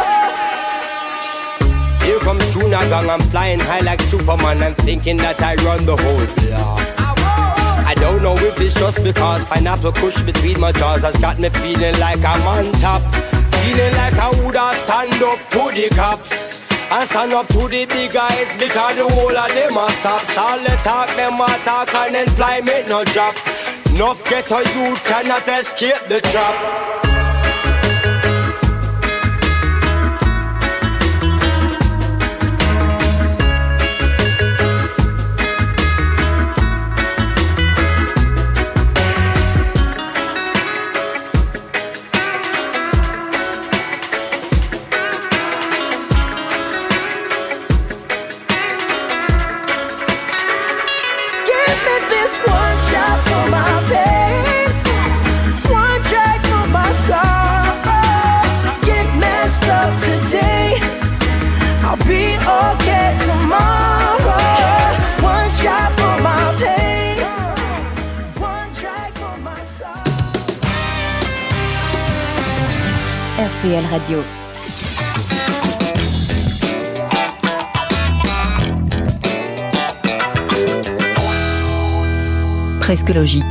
[SPEAKER 14] Here comes June along, I'm flying high like Superman. I'm thinking that I run the whole block. I don't know if it's just because pineapple kush between my jaws has got me feeling like I'm on top. Feeling like I woulda stand up to the cops. I stand up to the big guys because the whole of them are sops. All the talk, them are talk and employment no job. Enough ghetto you cannot escape the trap.
[SPEAKER 13] Give me this one shot for my pain, one drag for my sorrow. Get messed up today, I'll be okay tomorrow. One shot for my pain, one drag for my sorrow.
[SPEAKER 15] RPL Radio.
[SPEAKER 3] Presque logique.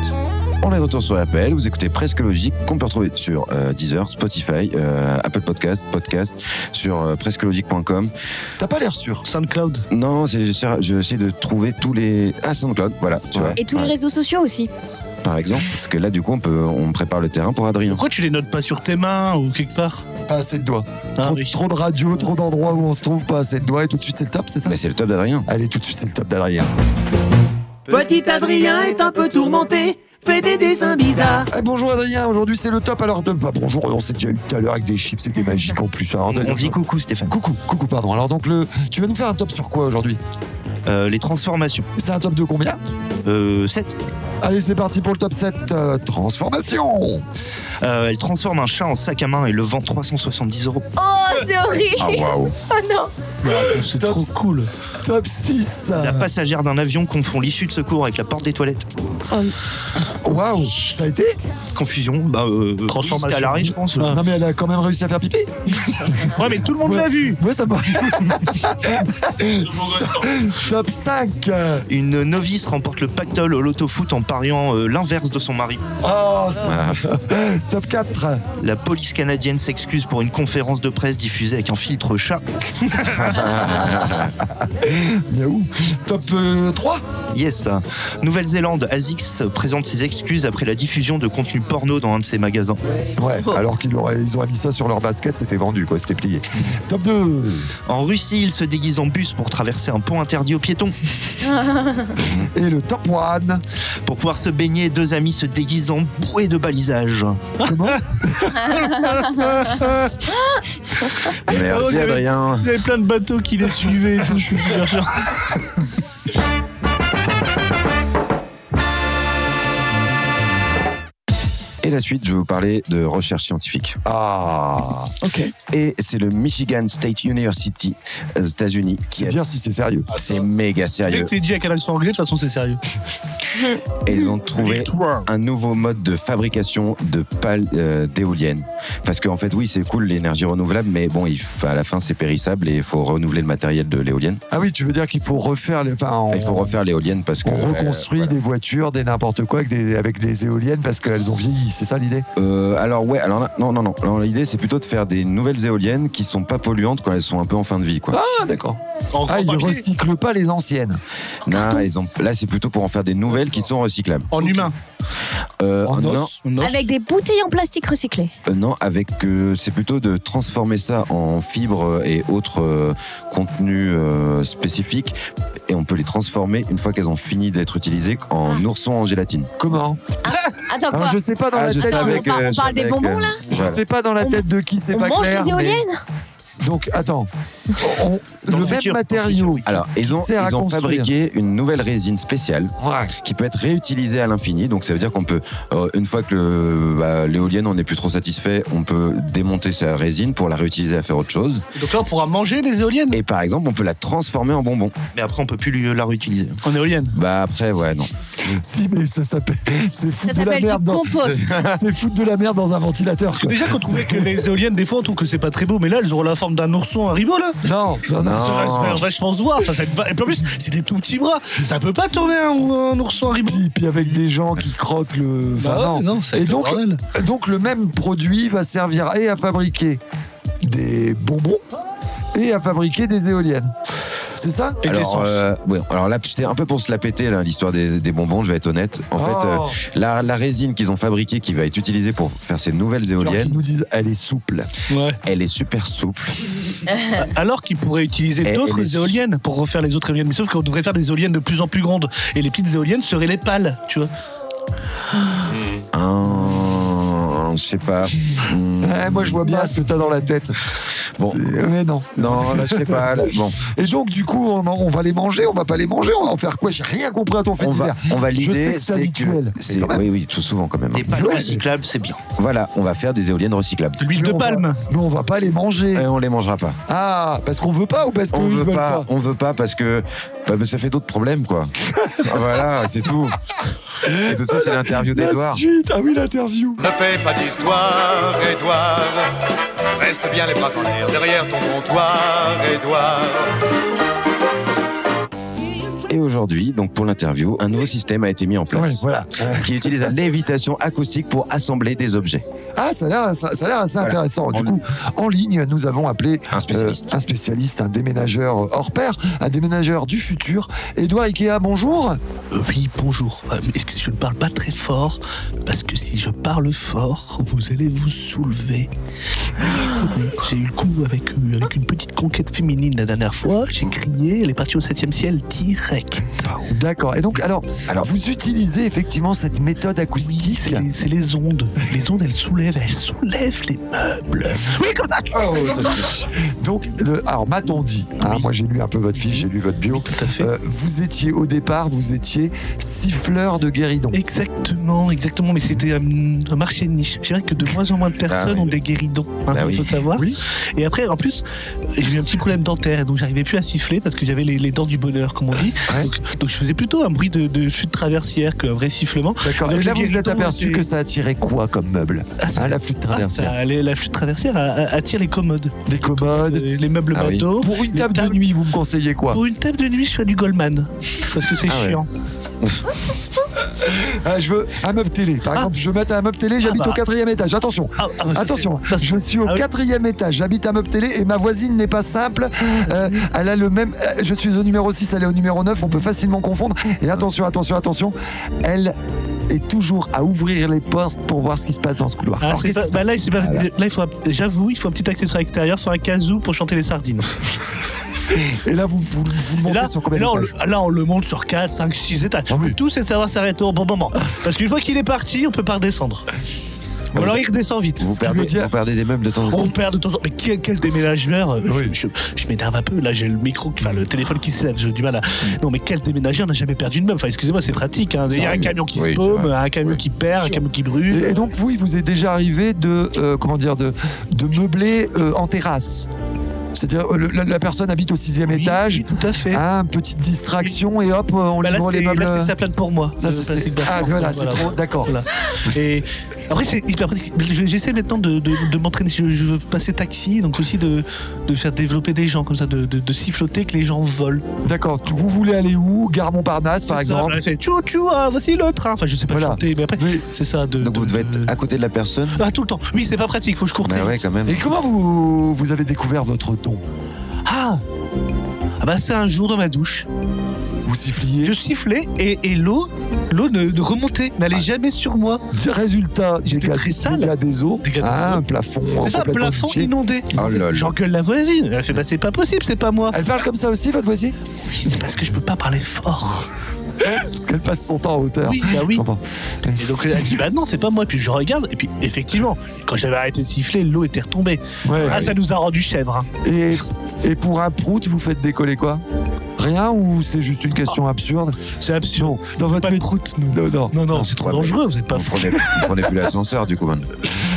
[SPEAKER 1] On est de retour sur Appel. Vous écoutez Presque Logique, qu'on peut retrouver sur euh, Deezer, Spotify, euh, Apple Podcast, Podcast, sur euh, presquelogique.com.
[SPEAKER 5] T'as pas l'air sûr.
[SPEAKER 1] SoundCloud Non, c'est- j'essaie j'essaie de trouver tous les. Ah, SoundCloud, voilà, tu vois.
[SPEAKER 8] Et tous les
[SPEAKER 1] Ouais.
[SPEAKER 8] réseaux sociaux aussi.
[SPEAKER 1] Par exemple, parce que là, du coup, on, peut, on prépare le terrain pour Adrien.
[SPEAKER 6] Pourquoi tu les notes pas sur tes mains ou quelque part
[SPEAKER 5] Pas assez de doigts.
[SPEAKER 9] Ah,
[SPEAKER 5] Trop, trop de radio, trop d'endroits où on se trouve, pas assez de doigts, et tout de suite c'est le top, c'est ça
[SPEAKER 1] Mais c'est le top d'Adrien.
[SPEAKER 5] Allez, tout de suite c'est le top d'Adrien.
[SPEAKER 10] Petit Adrien est un peu tourmenté, fait des dessins bizarres.
[SPEAKER 5] Eh, bonjour Adrien, aujourd'hui c'est le top. Alors, de... bah, bonjour, on s'est déjà eu tout à l'heure avec des chiffres, c'était magique en plus. Alors,
[SPEAKER 7] On dit
[SPEAKER 5] coucou Stéphane. Coucou, coucou, pardon. Alors, donc, le... tu vas nous faire
[SPEAKER 1] Euh,
[SPEAKER 5] un top sur quoi aujourd'hui
[SPEAKER 7] les transformations. Euh,
[SPEAKER 5] C'est un top de combien
[SPEAKER 7] 7.
[SPEAKER 5] Allez, c'est parti pour le top 7. euh, transformation.
[SPEAKER 7] Euh, elle transforme un chat en sac à main et le vend 370 euros.
[SPEAKER 8] Oh, c'est horrible
[SPEAKER 7] Ah, waouh.
[SPEAKER 8] Oh non
[SPEAKER 7] C'est trop cool.
[SPEAKER 5] Top 6.
[SPEAKER 7] La passagère d'un avion confond l'issue de secours avec la porte des toilettes.
[SPEAKER 5] Waouh, ça a été
[SPEAKER 7] Confusion, bah euh,
[SPEAKER 5] Transformation.
[SPEAKER 7] oui, c'était à l'arrêt, je pense.
[SPEAKER 5] Non, mais elle a quand même réussi à faire pipi.
[SPEAKER 6] Ouais, mais tout le monde l'a vu.
[SPEAKER 5] Ouais, ça m'a. Top 5
[SPEAKER 7] Une novice remporte le pactole au loto-foot en pariant euh, l'inverse de son mari.
[SPEAKER 5] Oh,
[SPEAKER 6] Ah.
[SPEAKER 5] Top 4
[SPEAKER 7] La police canadienne s'excuse pour une conférence de presse diffusée avec un filtre chat.
[SPEAKER 5] Miaou. Top euh, 3
[SPEAKER 7] Yes. Nouvelle-Zélande, Azix présente ses excuses après la diffusion de contenu porno dans un de ses magasins.
[SPEAKER 5] Ouais,
[SPEAKER 6] Oh.
[SPEAKER 5] alors qu'ils l'auraient- ils auraient mis ça sur leur basket, c'était vendu, quoi, c'était plié. Top 2
[SPEAKER 7] En Russie, il se déguise en bus pour traverser un pont interdit aux piétons.
[SPEAKER 5] Et le top 1
[SPEAKER 7] Pour pouvoir se baigner, deux amis se déguisent en bouée de balisage.
[SPEAKER 5] Comment
[SPEAKER 6] Ah, il y avait- Il y avait plein de bateaux qui les suivaient et tout, c'était super chiant.
[SPEAKER 1] Et la suite, je vais vous parler de recherche scientifique.
[SPEAKER 5] Ah
[SPEAKER 1] Ok. Et c'est le Michigan State University, aux États-Unis. qui
[SPEAKER 5] bien si c'est sérieux.
[SPEAKER 1] C'est méga
[SPEAKER 6] Dès
[SPEAKER 1] sérieux.
[SPEAKER 6] que c'est dit avec un accent anglais, de toute façon, c'est sérieux.
[SPEAKER 1] Et ils ont trouvé un nouveau mode de fabrication de pales euh, d'éoliennes. Parce qu'en fait, oui, c'est cool l'énergie renouvelable, mais bon, il, fa- à la fin, c'est périssable et il faut renouveler le matériel de l'éolienne.
[SPEAKER 5] Ah oui, tu veux dire qu'il faut refaire les. Enfin, on-
[SPEAKER 1] Il faut refaire l'éolienne parce que.
[SPEAKER 5] on reconstruit des voitures, des n'importe quoi avec des, avec des éoliennes parce qu'elles ont vieilli, c'est ça l'idée
[SPEAKER 1] Euh, alors ouais, alors là- non non non, Alors, l'idée c'est plutôt de faire des nouvelles éoliennes qui sont pas polluantes quand elles sont un peu en fin de vie quoi.
[SPEAKER 5] Ah d'accord. Ah, ils
[SPEAKER 1] papier.
[SPEAKER 5] recyclent pas les anciennes.
[SPEAKER 1] Non, ils ont- là c'est plutôt pour en faire des nouvelles qui sont recyclables.
[SPEAKER 6] En humain.
[SPEAKER 1] Euh,
[SPEAKER 5] En
[SPEAKER 1] non,
[SPEAKER 5] os
[SPEAKER 8] Avec des bouteilles en plastique recyclées.
[SPEAKER 1] euh, non, avec euh, c'est plutôt de transformer ça en fibres et autres euh, contenus euh, spécifiques et on peut les transformer une fois qu'elles ont fini d'être utilisées en oursons en gélatine.
[SPEAKER 5] Comment
[SPEAKER 8] Ah. Attends, quoi
[SPEAKER 5] Alors, je sais euh, pas dans
[SPEAKER 1] Ah,
[SPEAKER 5] la
[SPEAKER 1] je
[SPEAKER 5] tête.
[SPEAKER 1] savais
[SPEAKER 8] On parle- on parle des bonbons, là
[SPEAKER 1] voilà.
[SPEAKER 5] Je sais pas dans la tête de qui c'est
[SPEAKER 8] On
[SPEAKER 5] pas
[SPEAKER 8] mange
[SPEAKER 5] clair.
[SPEAKER 8] des
[SPEAKER 5] mais-
[SPEAKER 8] éoliennes
[SPEAKER 6] bah,
[SPEAKER 5] Donc attends, On- le même matériau.
[SPEAKER 1] Alors, ils ont,
[SPEAKER 5] qui sert à
[SPEAKER 1] ils ont
[SPEAKER 5] construire.
[SPEAKER 1] fabriqué une nouvelle résine spéciale qui peut être réutilisée à l'infini. Donc, ça veut dire qu'on peut, euh, une fois que le- bah, l'éolienne, on n'est plus trop satisfait, on peut démonter sa résine pour la réutiliser à faire autre chose.
[SPEAKER 6] Donc là, on pourra manger les éoliennes.
[SPEAKER 1] Et par exemple, on peut la transformer en bonbon.
[SPEAKER 7] Mais après, on peut plus lui- la réutiliser.
[SPEAKER 6] En éolienne.
[SPEAKER 1] Bah après, ouais, non.
[SPEAKER 5] Si, mais ça s'appelle. C'est foutre de la
[SPEAKER 6] s'appelle du
[SPEAKER 5] merde dans.
[SPEAKER 6] compost.
[SPEAKER 5] C'est foutre de la merde dans un ventilateur.
[SPEAKER 6] Parce que déjà, quand on trouvait que les éoliennes, des fois, on trouve que c'est pas très beau, mais là, elles auront la forme d'un ourson à ribot, là.
[SPEAKER 5] Non, non, non.
[SPEAKER 6] Ça va se faire vachement se voir. Enfin, ça va- Et puis en plus, c'est des tout petits bras. Ça peut pas tourner un, un ourson à ribot.
[SPEAKER 5] Puis, puis avec des gens qui croquent le. Enfin,
[SPEAKER 6] Bah ouais,
[SPEAKER 5] non.
[SPEAKER 6] non, ça va
[SPEAKER 5] Et
[SPEAKER 6] être le
[SPEAKER 5] donc,
[SPEAKER 6] bordel.
[SPEAKER 5] donc le même produit va servir et à fabriquer des bonbons et à fabriquer des éoliennes. C'est ça
[SPEAKER 1] alors, euh, ouais, alors là, c'était un peu pour se la péter, là, l'histoire des, des bonbons, je vais être honnête. En
[SPEAKER 5] Oh.
[SPEAKER 1] fait, euh, la, la résine qu'ils ont fabriquée, qui va être utilisée pour faire ces nouvelles
[SPEAKER 5] Genre
[SPEAKER 1] éoliennes,
[SPEAKER 5] qu'ils nous disent, elle est souple.
[SPEAKER 1] elle est super souple.
[SPEAKER 6] Alors qu'ils pourraient utiliser
[SPEAKER 5] Eh,
[SPEAKER 1] Et- et
[SPEAKER 6] d'autres
[SPEAKER 1] les-
[SPEAKER 6] éoliennes pour refaire les autres éoliennes. Mais sauf qu'on devrait faire des éoliennes de plus en plus grandes. Et les petites éoliennes seraient les pales, tu vois.
[SPEAKER 5] euh,
[SPEAKER 1] Hein, je sais pas. Hmm.
[SPEAKER 5] Ouais, moi, je vois bien ce que t'as dans la tête.
[SPEAKER 1] Bon.
[SPEAKER 5] C'est- Mais non.
[SPEAKER 1] euh, Non, là, je sais pas. là, bon.
[SPEAKER 5] Et donc, du coup, on, on va les manger, on va pas les manger, on va en faire quoi J'ai rien compris à ton fait
[SPEAKER 1] On va,
[SPEAKER 5] divers.
[SPEAKER 1] on va
[SPEAKER 5] Je
[SPEAKER 1] l'idée.
[SPEAKER 5] sais que c'est habituel.
[SPEAKER 1] c'est- oui, oui, tout souvent quand même. hein.
[SPEAKER 7] Des pales recyclables, c'est bien.
[SPEAKER 1] Voilà, on va faire des éoliennes recyclables.
[SPEAKER 6] L'huile
[SPEAKER 5] Mais
[SPEAKER 6] de
[SPEAKER 5] on va-
[SPEAKER 6] palme.
[SPEAKER 5] mais on va pas les manger.
[SPEAKER 1] Et on les mangera pas.
[SPEAKER 5] Ah, parce qu'on veut pas ou parce qu'on
[SPEAKER 1] On veut
[SPEAKER 5] veulent
[SPEAKER 1] pas,
[SPEAKER 5] pas,
[SPEAKER 1] on veut pas parce que bah, bah, ça fait d'autres problèmes quoi. Ah, voilà, c'est tout. Et tout de suite, c'est l'interview
[SPEAKER 5] La
[SPEAKER 1] d'Edouard.
[SPEAKER 5] suite, ah oui, l'interview.
[SPEAKER 11] Ne fais pas d'histoire, Edouard. Reste bien les bras en l'air derrière ton comptoir, Edouard.
[SPEAKER 1] Et aujourd'hui, donc pour l'interview, un nouveau système a été mis en place.
[SPEAKER 5] Ouais, voilà.
[SPEAKER 1] Qui utilise la lévitation acoustique pour assembler des objets.
[SPEAKER 5] Ah, ça a l'air, ça, ça a l'air assez
[SPEAKER 1] Voilà.
[SPEAKER 5] intéressant. Du
[SPEAKER 1] On-
[SPEAKER 5] coup, en ligne, nous avons appelé
[SPEAKER 1] Un spécialiste.
[SPEAKER 5] euh, un spécialiste, un déménageur hors pair, un déménageur du futur. Edouard Ikea, bonjour.
[SPEAKER 6] Euh, Oui, bonjour. Euh, mais Excusez, je ne parle pas très fort, parce que si je parle fort, vous allez vous soulever. J'ai eu le coup avec, euh, avec une petite conquête féminine la dernière fois. J'ai crié, elle est partie au septième ciel direct. direct.
[SPEAKER 5] D'accord. Et donc, alors, alors, vous utilisez effectivement cette méthode acoustique.
[SPEAKER 6] C'est les ondes. Les ondes, elles soulèvent, elles soulèvent les meubles. Oui, comme ça. Ah,
[SPEAKER 5] Oh, Donc, euh, alors, m'a-t-on dit hein, Moi, j'ai lu un peu votre fiche, j'ai lu votre bio. Euh, vous étiez au départ, vous étiez siffleur de guéridon.
[SPEAKER 6] Exactement, exactement. Mais c'était un, un marché de niche. C'est vrai que de moins en moins de personnes
[SPEAKER 5] oui.
[SPEAKER 6] ont des guéridons. hein,
[SPEAKER 5] Ah Bah
[SPEAKER 6] il
[SPEAKER 5] oui.
[SPEAKER 6] faut savoir. Et après, en plus, j'ai eu un petit problème dentaire. Donc, j'arrivais plus à siffler parce que j'avais les, les dents du bonheur, comme on dit.
[SPEAKER 5] Ah,
[SPEAKER 6] Donc, donc je faisais plutôt un bruit de, de chute traversière qu'un vrai sifflement.
[SPEAKER 5] D'accord.
[SPEAKER 6] Donc,
[SPEAKER 5] Et là,
[SPEAKER 6] les
[SPEAKER 5] vous vous êtes
[SPEAKER 6] guéridons euh,
[SPEAKER 5] aperçu
[SPEAKER 6] étaient-
[SPEAKER 5] que ça attirait quoi comme meuble Hein, La flûte
[SPEAKER 6] Ah,
[SPEAKER 5] traversière.
[SPEAKER 6] ça, les- la flûte traversière a- a- attire les commodes. Euh,
[SPEAKER 5] Les commodes.
[SPEAKER 6] Les, meubles
[SPEAKER 5] Ah oui.
[SPEAKER 6] bateaux.
[SPEAKER 5] Pour une table, de nuit, vous me conseillez quoi
[SPEAKER 6] Pour une table de nuit, je fais du Goldman. Parce que c'est
[SPEAKER 5] Ah ouais.
[SPEAKER 6] chiant.
[SPEAKER 5] Ah, je veux un meuble télé. Par exemple, je veux mettre un meuble télé, j'habite
[SPEAKER 6] Ah. bah.
[SPEAKER 5] au quatrième étage. Attention,
[SPEAKER 6] ah bah, ça, ah
[SPEAKER 5] attention, je suis au quatrième étage, j'habite un meuble télé et ma voisine n'est pas simple.
[SPEAKER 6] Ah,
[SPEAKER 5] Euh, elle a le même. euh, Je suis au numéro 6, elle est au numéro 9, on peut facilement confondre. Et attention, attention, attention, elle est toujours à ouvrir les portes pour voir ce qui se passe dans ce couloir.
[SPEAKER 6] Ah,
[SPEAKER 5] Alors,
[SPEAKER 6] c'est
[SPEAKER 5] qu'est-ce
[SPEAKER 6] pas-
[SPEAKER 5] qui se
[SPEAKER 6] bah
[SPEAKER 5] passe
[SPEAKER 6] là, c'est pas-
[SPEAKER 5] Voilà.
[SPEAKER 6] là, il faut, un- j'avoue, il faut un petit accessoire extérieur sur un casou pour chanter les sardines.
[SPEAKER 5] Et là, vous, vous, vous le montez
[SPEAKER 6] là,
[SPEAKER 5] sur combien
[SPEAKER 6] là, on
[SPEAKER 5] d'étages Ah
[SPEAKER 6] le, là, on le monte sur 4, 5, 6 étages. Le tout, c'est de savoir s'arrêter au bon moment. Parce qu'une fois qu'il est parti, on peut pas redescendre. Ou alors il redescend vite.
[SPEAKER 1] Vous perdez, vous perdez des meubles de temps en temps.
[SPEAKER 6] On perd Mmh. de temps en temps. Mais quel, quel déménageur euh, Je, je- je m'énerve un peu. Là, j'ai le micro, enfin le téléphone qui se lève. J'ai du mal à. Non, mais quel déménageur n'a jamais perdu une meuf Enfin, excusez-moi, c'est pratique. hein.
[SPEAKER 5] Mmh. Ça
[SPEAKER 6] Il y a un
[SPEAKER 5] arrive.
[SPEAKER 6] camion qui
[SPEAKER 5] Oui,
[SPEAKER 6] se
[SPEAKER 5] c'est
[SPEAKER 6] paume,
[SPEAKER 5] vrai.
[SPEAKER 6] un camion qui perd, un camion qui brûle.
[SPEAKER 5] Et, et donc, vous, il vous est déjà arrivé de, euh, comment dire, de, de meubler euh, en terrasse c'est-à-dire, euh, le- la, la personne habite au sixième étage.
[SPEAKER 6] tout à fait.
[SPEAKER 5] Ah, une petite distraction et hop, euh, on
[SPEAKER 6] Bah là,
[SPEAKER 5] livre
[SPEAKER 6] c'est
[SPEAKER 5] les meubles.
[SPEAKER 6] là, c'est sa plainte pour moi.
[SPEAKER 5] Là,
[SPEAKER 6] Euh,
[SPEAKER 5] ça, c'est-
[SPEAKER 6] Patrick Bertrand.
[SPEAKER 5] Ah, voilà, c'est trop. D'accord.
[SPEAKER 6] Voilà. Et après, c'est hyper pratique. Je- J'essaie maintenant de, de- de m'entraîner. Je, je veux passer taxi, donc aussi de, de faire développer des gens comme ça, de, de- de siffloter que les gens volent.
[SPEAKER 5] euh, D'accord. Tu- Vous voulez aller où Gare Montparnasse, par
[SPEAKER 6] C'est ça,
[SPEAKER 5] exemple.
[SPEAKER 6] voilà, c'est tchou, tchou, ah, voici le train. Enfin, je sais pas chanter, mais après, c'est ça. De, Donc, vous devez être
[SPEAKER 1] à côté de la personne
[SPEAKER 6] Ah, tout le temps. Oui, c'est pas pratique, faut que je cours très
[SPEAKER 1] ouais,
[SPEAKER 6] vite.
[SPEAKER 1] quand même.
[SPEAKER 5] Et comment vous, vous avez découvert votre don
[SPEAKER 6] Ah Ah bah c'est un jour dans ma douche.
[SPEAKER 5] Vous siffliez
[SPEAKER 6] Je sifflais et, et l'eau, l'eau ne, ne remontait,
[SPEAKER 5] Ah.
[SPEAKER 6] n'allait jamais sur moi.
[SPEAKER 5] Résultat,
[SPEAKER 6] j'étais très sale. Dégâts
[SPEAKER 5] des eaux. Ah, un plafond.
[SPEAKER 6] C'est ça,
[SPEAKER 5] complètement
[SPEAKER 6] plafond
[SPEAKER 5] niché.
[SPEAKER 6] inondé.
[SPEAKER 5] Oh là là.
[SPEAKER 6] J'engueule la voisine. Elle fait bah c'est pas possible, c'est pas moi.
[SPEAKER 5] Elle parle comme ça aussi, votre voisine
[SPEAKER 6] Oui, parce que je peux pas parler fort.
[SPEAKER 5] Parce qu'elle passe son temps en hauteur.
[SPEAKER 6] Oui, bah oui. Et donc elle dit bah non, c'est pas moi. Puis je regarde et puis effectivement, quand j'avais arrêté de siffler, l'eau était retombée.
[SPEAKER 5] Ouais.
[SPEAKER 6] ah, ça nous a rendu chèvres. hein.
[SPEAKER 5] Et, et pour un prout, vous faites décoller quoi Rien ou c'est juste une question absurde
[SPEAKER 6] Ah. C'est absurde.
[SPEAKER 5] dans votre métier- Non, non,
[SPEAKER 6] non, c'est trop dangereux, vous êtes pas
[SPEAKER 1] Vous prenez, vous prenez plus l'ascenseur du coup. maintenant.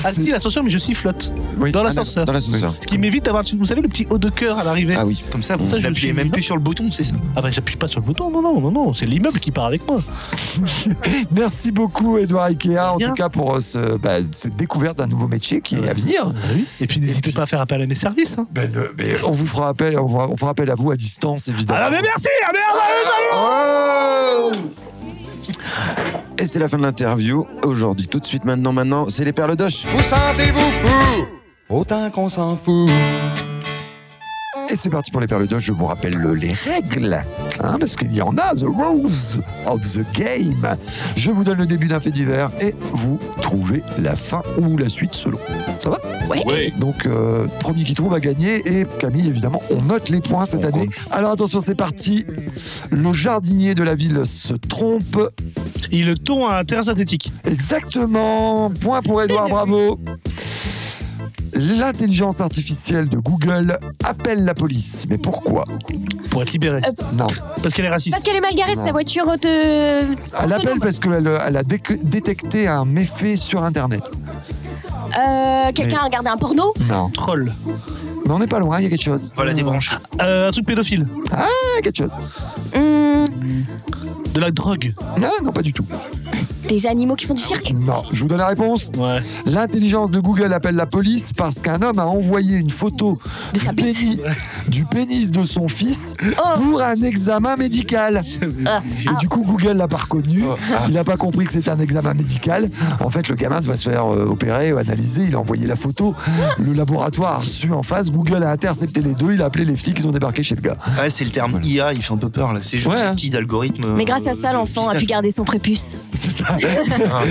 [SPEAKER 6] Ah si, l'ascenseur, mais je sifflote. dans l'ascenseur.
[SPEAKER 1] Dans l'ascenseur.
[SPEAKER 6] Ce qui m'évite d'avoir, vous savez, le petit haut de cœur à l'arrivée.
[SPEAKER 1] Ah oui.
[SPEAKER 6] comme ça,
[SPEAKER 1] vous n'appuyez même
[SPEAKER 6] plus sur le bouton, c'est ça Ah bah j'appuie pas sur le bouton, non, non, non, non, c'est l'immeuble qui part avec moi.
[SPEAKER 5] Merci beaucoup, Edouard Ikea, en
[SPEAKER 6] Bien.
[SPEAKER 5] tout cas pour euh, ce- bah, cette découverte d'un nouveau métier qui est à venir.
[SPEAKER 6] Bah Et puis n'hésitez pas à faire appel à mes services. hein.
[SPEAKER 5] Ben, euh, mais on vous fera appel, on fera, on fera appel à vous à distance, évidemment.
[SPEAKER 6] Ah bah merci, ah merde, salut
[SPEAKER 1] Et c'est la fin de l'interview. Aujourd'hui, tout de suite, maintenant, maintenant, c'est les perles d'oche.
[SPEAKER 12] Vous sentez-vous fou
[SPEAKER 1] Autant qu'on s'en fout.
[SPEAKER 5] Et c'est parti pour les perles d'oche. Je vous rappelle le- les règles, hein, parce qu'il y en a, the rules of the game. Je vous donne le début d'un fait divers et vous trouvez la fin ou la suite selon. Ça va
[SPEAKER 12] Oui. Oui.
[SPEAKER 5] Donc, euh, premier qui trouve va gagner. Et Camille, évidemment, on note les points cette année. Alors, attention, c'est parti. Le jardinier de la ville se trompe.
[SPEAKER 6] Il tombe à un terrain synthétique.
[SPEAKER 5] Exactement. Point pour Edouard, bravo. L'intelligence artificielle de Google appelle la police. Mais pourquoi
[SPEAKER 6] Pour être libéré.
[SPEAKER 5] Non.
[SPEAKER 6] Parce qu'elle est raciste.
[SPEAKER 8] Euh, Parce qu'elle est mal garée,
[SPEAKER 5] Non.
[SPEAKER 8] sa voiture euh, de.
[SPEAKER 5] Elle appelle parce qu'elle euh, elle a déc- détecté un méfait sur Internet.
[SPEAKER 8] Euh, Quelqu'un
[SPEAKER 5] Mais-
[SPEAKER 8] a regardé un porno
[SPEAKER 5] Non.
[SPEAKER 6] Troll.
[SPEAKER 5] Mais on n'est pas loin, il y a quelque chose.
[SPEAKER 6] Voilà des branches. un truc pédophile.
[SPEAKER 5] Ah, quelque chose.
[SPEAKER 8] Hum.
[SPEAKER 6] De la drogue.
[SPEAKER 5] Non, Ah, non, pas du tout.
[SPEAKER 8] Des animaux qui font du cirque
[SPEAKER 5] Non, je vous donne la réponse. L'intelligence de Google appelle la police parce qu'un homme a envoyé une photo du pénis, du pénis de son fils pour un examen médical. Et du coup, Google l'a pas reconnu. Il n'a pas compris que c'était un examen médical. En fait, le gamin va se faire euh, opérer, ou analyser. Il a envoyé la photo. Le laboratoire a reçu en face. Google a intercepté les deux. Il a appelé les flics. Ils ont débarqué chez le gars.
[SPEAKER 7] Ouais, c'est le terme IA, il fait un euh, peu peur là. C'est juste des petits algorithmes.
[SPEAKER 8] Mais grâce à ça, l'enfant a pu garder son prépuce.
[SPEAKER 5] C'est ça.
[SPEAKER 7] Ah.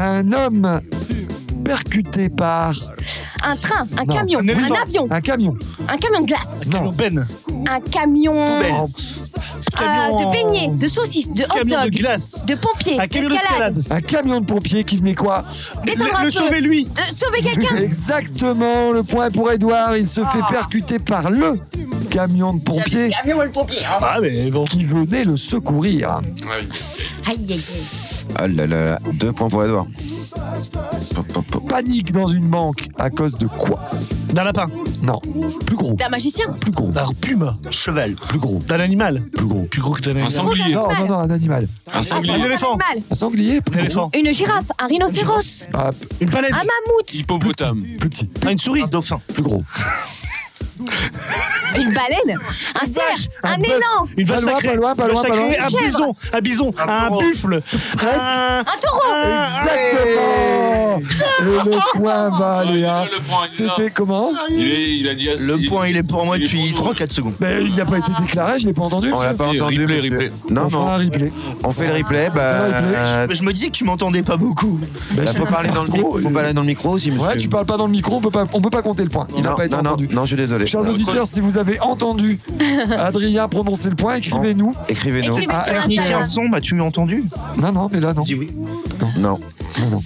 [SPEAKER 5] Un homme percuté par
[SPEAKER 8] Un train, un
[SPEAKER 5] Non.
[SPEAKER 8] camion, un, avion,
[SPEAKER 5] Un camion. Ben.
[SPEAKER 8] un camion de glace.
[SPEAKER 5] Non. Ben.
[SPEAKER 8] un camion.
[SPEAKER 12] Poubelle.
[SPEAKER 8] euh, de beignets, de saucisses, de hot
[SPEAKER 5] Camion de
[SPEAKER 8] dog,
[SPEAKER 5] glace.
[SPEAKER 8] de pompiers, d'escalade.
[SPEAKER 5] Un camion de pompiers qui venait quoi
[SPEAKER 8] D'éteindre un
[SPEAKER 5] Le
[SPEAKER 8] feu.
[SPEAKER 5] sauver lui.
[SPEAKER 8] De sauver quelqu'un. Ah.
[SPEAKER 5] Exactement, le point pour Edouard. Il se fait percuter par le camion de pompiers.
[SPEAKER 8] Camion le pompier. hein.
[SPEAKER 5] Ah, mais bon. Qui venait le secourir.
[SPEAKER 8] Aïe, aïe, aïe.
[SPEAKER 1] Ah là là là, deux points pour Edouard.
[SPEAKER 5] Panique dans une banque à cause de quoi
[SPEAKER 6] D'un lapin.
[SPEAKER 5] Non. Plus gros.
[SPEAKER 8] D'un magicien.
[SPEAKER 5] Plus gros.
[SPEAKER 6] D'un puma.
[SPEAKER 7] Cheval.
[SPEAKER 5] Plus gros.
[SPEAKER 6] D'un animal.
[SPEAKER 5] Plus gros.
[SPEAKER 6] Plus gros que d'un
[SPEAKER 5] Un
[SPEAKER 6] animal.
[SPEAKER 5] sanglier. Non, non, non, un animal.
[SPEAKER 8] Ah,
[SPEAKER 6] Un sanglier. Un éléphant.
[SPEAKER 8] Animal.
[SPEAKER 5] Un sanglier.
[SPEAKER 6] Un éléphant.
[SPEAKER 8] Une girafe, un rhinocéros,
[SPEAKER 6] Une palette.
[SPEAKER 8] un mammouth,
[SPEAKER 9] Hippopotame.
[SPEAKER 5] Plus Ah, petit.
[SPEAKER 6] Ah, une souris. Un
[SPEAKER 7] dauphin.
[SPEAKER 5] Plus gros.
[SPEAKER 8] une baleine, un cerf, un,
[SPEAKER 6] bœuf,
[SPEAKER 8] élan,
[SPEAKER 6] Une vache sacrée. Une vache sacrée, Un bison. Un bison. Un buffle.
[SPEAKER 5] Presque.
[SPEAKER 6] Un
[SPEAKER 8] un taureau.
[SPEAKER 5] Exactement. Et le point va aller à. C'était comment
[SPEAKER 9] Il, est- il a dit
[SPEAKER 7] Le point, ah, il est pour moi depuis 3-4 secondes.
[SPEAKER 5] Mais il n'a pas été déclaré, je l'ai pas entendu.
[SPEAKER 1] On l'a pas
[SPEAKER 5] monsieur.
[SPEAKER 1] entendu,
[SPEAKER 9] replay,
[SPEAKER 1] monsieur.
[SPEAKER 9] replay.
[SPEAKER 1] Non,
[SPEAKER 5] On
[SPEAKER 1] non.
[SPEAKER 5] fera un replay.
[SPEAKER 1] On fait le replay.
[SPEAKER 5] On
[SPEAKER 1] Bah,
[SPEAKER 5] fera un replay.
[SPEAKER 1] euh,
[SPEAKER 7] Je me disais que tu m'entendais pas beaucoup.
[SPEAKER 5] Bah,
[SPEAKER 1] bah,
[SPEAKER 5] je
[SPEAKER 1] faut
[SPEAKER 5] sais
[SPEAKER 1] parler
[SPEAKER 5] pas
[SPEAKER 1] dans le
[SPEAKER 5] trop,
[SPEAKER 1] micro. Faut
[SPEAKER 5] euh,
[SPEAKER 1] parler dans le micro aussi, monsieur.
[SPEAKER 5] Ouais, tu parles pas dans le micro, on peut pas, on peut pas compter le point. Il n'a
[SPEAKER 1] Non,
[SPEAKER 5] pas été
[SPEAKER 1] non, non,
[SPEAKER 5] entendu.
[SPEAKER 1] non, je suis désolé.
[SPEAKER 5] Chers auditeurs, si vous avez entendu Adrien prononcer le point, écrivez-nous.
[SPEAKER 1] Écrivez-nous.
[SPEAKER 8] Écrivez sur
[SPEAKER 7] Ah,
[SPEAKER 8] Instagram.
[SPEAKER 7] un son, bah tu m'as entendu
[SPEAKER 5] Non, non, mais là, non.
[SPEAKER 1] Non.
[SPEAKER 5] Non,
[SPEAKER 1] non.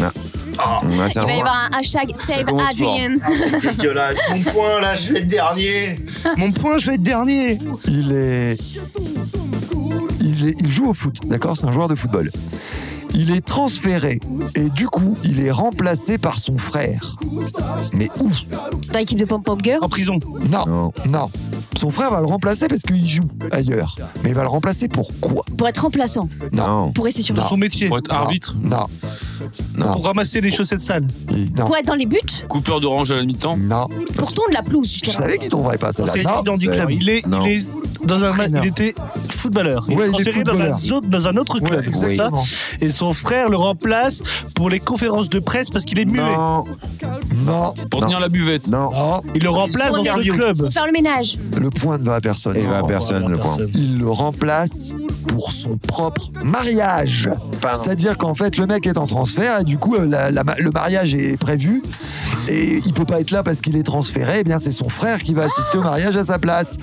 [SPEAKER 1] Ouais, c'est
[SPEAKER 8] Il va y
[SPEAKER 1] un-
[SPEAKER 8] avoir un hashtag Save
[SPEAKER 1] commence
[SPEAKER 8] Adrian.
[SPEAKER 7] Ah, Dégueulasse. Mon point là, je vais être dernier. Mon point, je vais être dernier.
[SPEAKER 5] Il est... il est- il joue au foot, d'accord C'est un joueur de football. Il est transféré et du coup, il est remplacé par son frère. Mais où
[SPEAKER 8] Dans l'équipe de Pom Pom Girl.
[SPEAKER 6] En prison.
[SPEAKER 5] Non, non, Son frère va le remplacer parce qu'il joue ailleurs. Mais il va le remplacer pour quoi
[SPEAKER 8] Pour être remplaçant,
[SPEAKER 1] Non.
[SPEAKER 8] pour rester sur le
[SPEAKER 5] Non.
[SPEAKER 6] Son métier.
[SPEAKER 9] Pour être arbitre,
[SPEAKER 5] Non, non,
[SPEAKER 6] Pour ramasser les chaussettes sales.
[SPEAKER 5] il- non,
[SPEAKER 8] Pour être dans les buts,
[SPEAKER 9] coupeur d'orange à la mi-temps.
[SPEAKER 5] non.
[SPEAKER 8] pour tourner la pelouse du
[SPEAKER 5] Je
[SPEAKER 8] terrain.
[SPEAKER 5] savais qu'il trouverait pas
[SPEAKER 6] C'est
[SPEAKER 5] celle-là. Non.
[SPEAKER 6] dans du club. Il est,
[SPEAKER 1] Non.
[SPEAKER 6] il est dans un ma-
[SPEAKER 5] Entraîneur.
[SPEAKER 6] il était footballeur. Il
[SPEAKER 5] Ouais, il
[SPEAKER 6] est
[SPEAKER 5] est
[SPEAKER 6] transféré dans, un
[SPEAKER 5] footballeur.
[SPEAKER 6] zo- dans un autre
[SPEAKER 5] Ouais,
[SPEAKER 6] club. c'est ça
[SPEAKER 5] exactement.
[SPEAKER 6] Et son frère le remplace pour les conférences de presse parce qu'il est muet.
[SPEAKER 1] Non.
[SPEAKER 5] Non,
[SPEAKER 9] Pour
[SPEAKER 1] Non.
[SPEAKER 9] tenir la buvette.
[SPEAKER 1] Non.
[SPEAKER 5] non.
[SPEAKER 6] Il le remplace dans ce
[SPEAKER 7] Interview.
[SPEAKER 6] club.
[SPEAKER 8] Pour faire le ménage.
[SPEAKER 5] Le point ne va à personne.
[SPEAKER 1] Il va à personne, le point.
[SPEAKER 6] Personne.
[SPEAKER 5] Il le remplace pour son propre mariage.
[SPEAKER 1] Pardon.
[SPEAKER 5] C'est-à-dire qu'en fait, le mec est en transfert et du coup, euh, la- la ma- le mariage est prévu et il peut pas être là parce qu'il est transféré. Eh bien, c'est son frère qui va assister au mariage à sa place.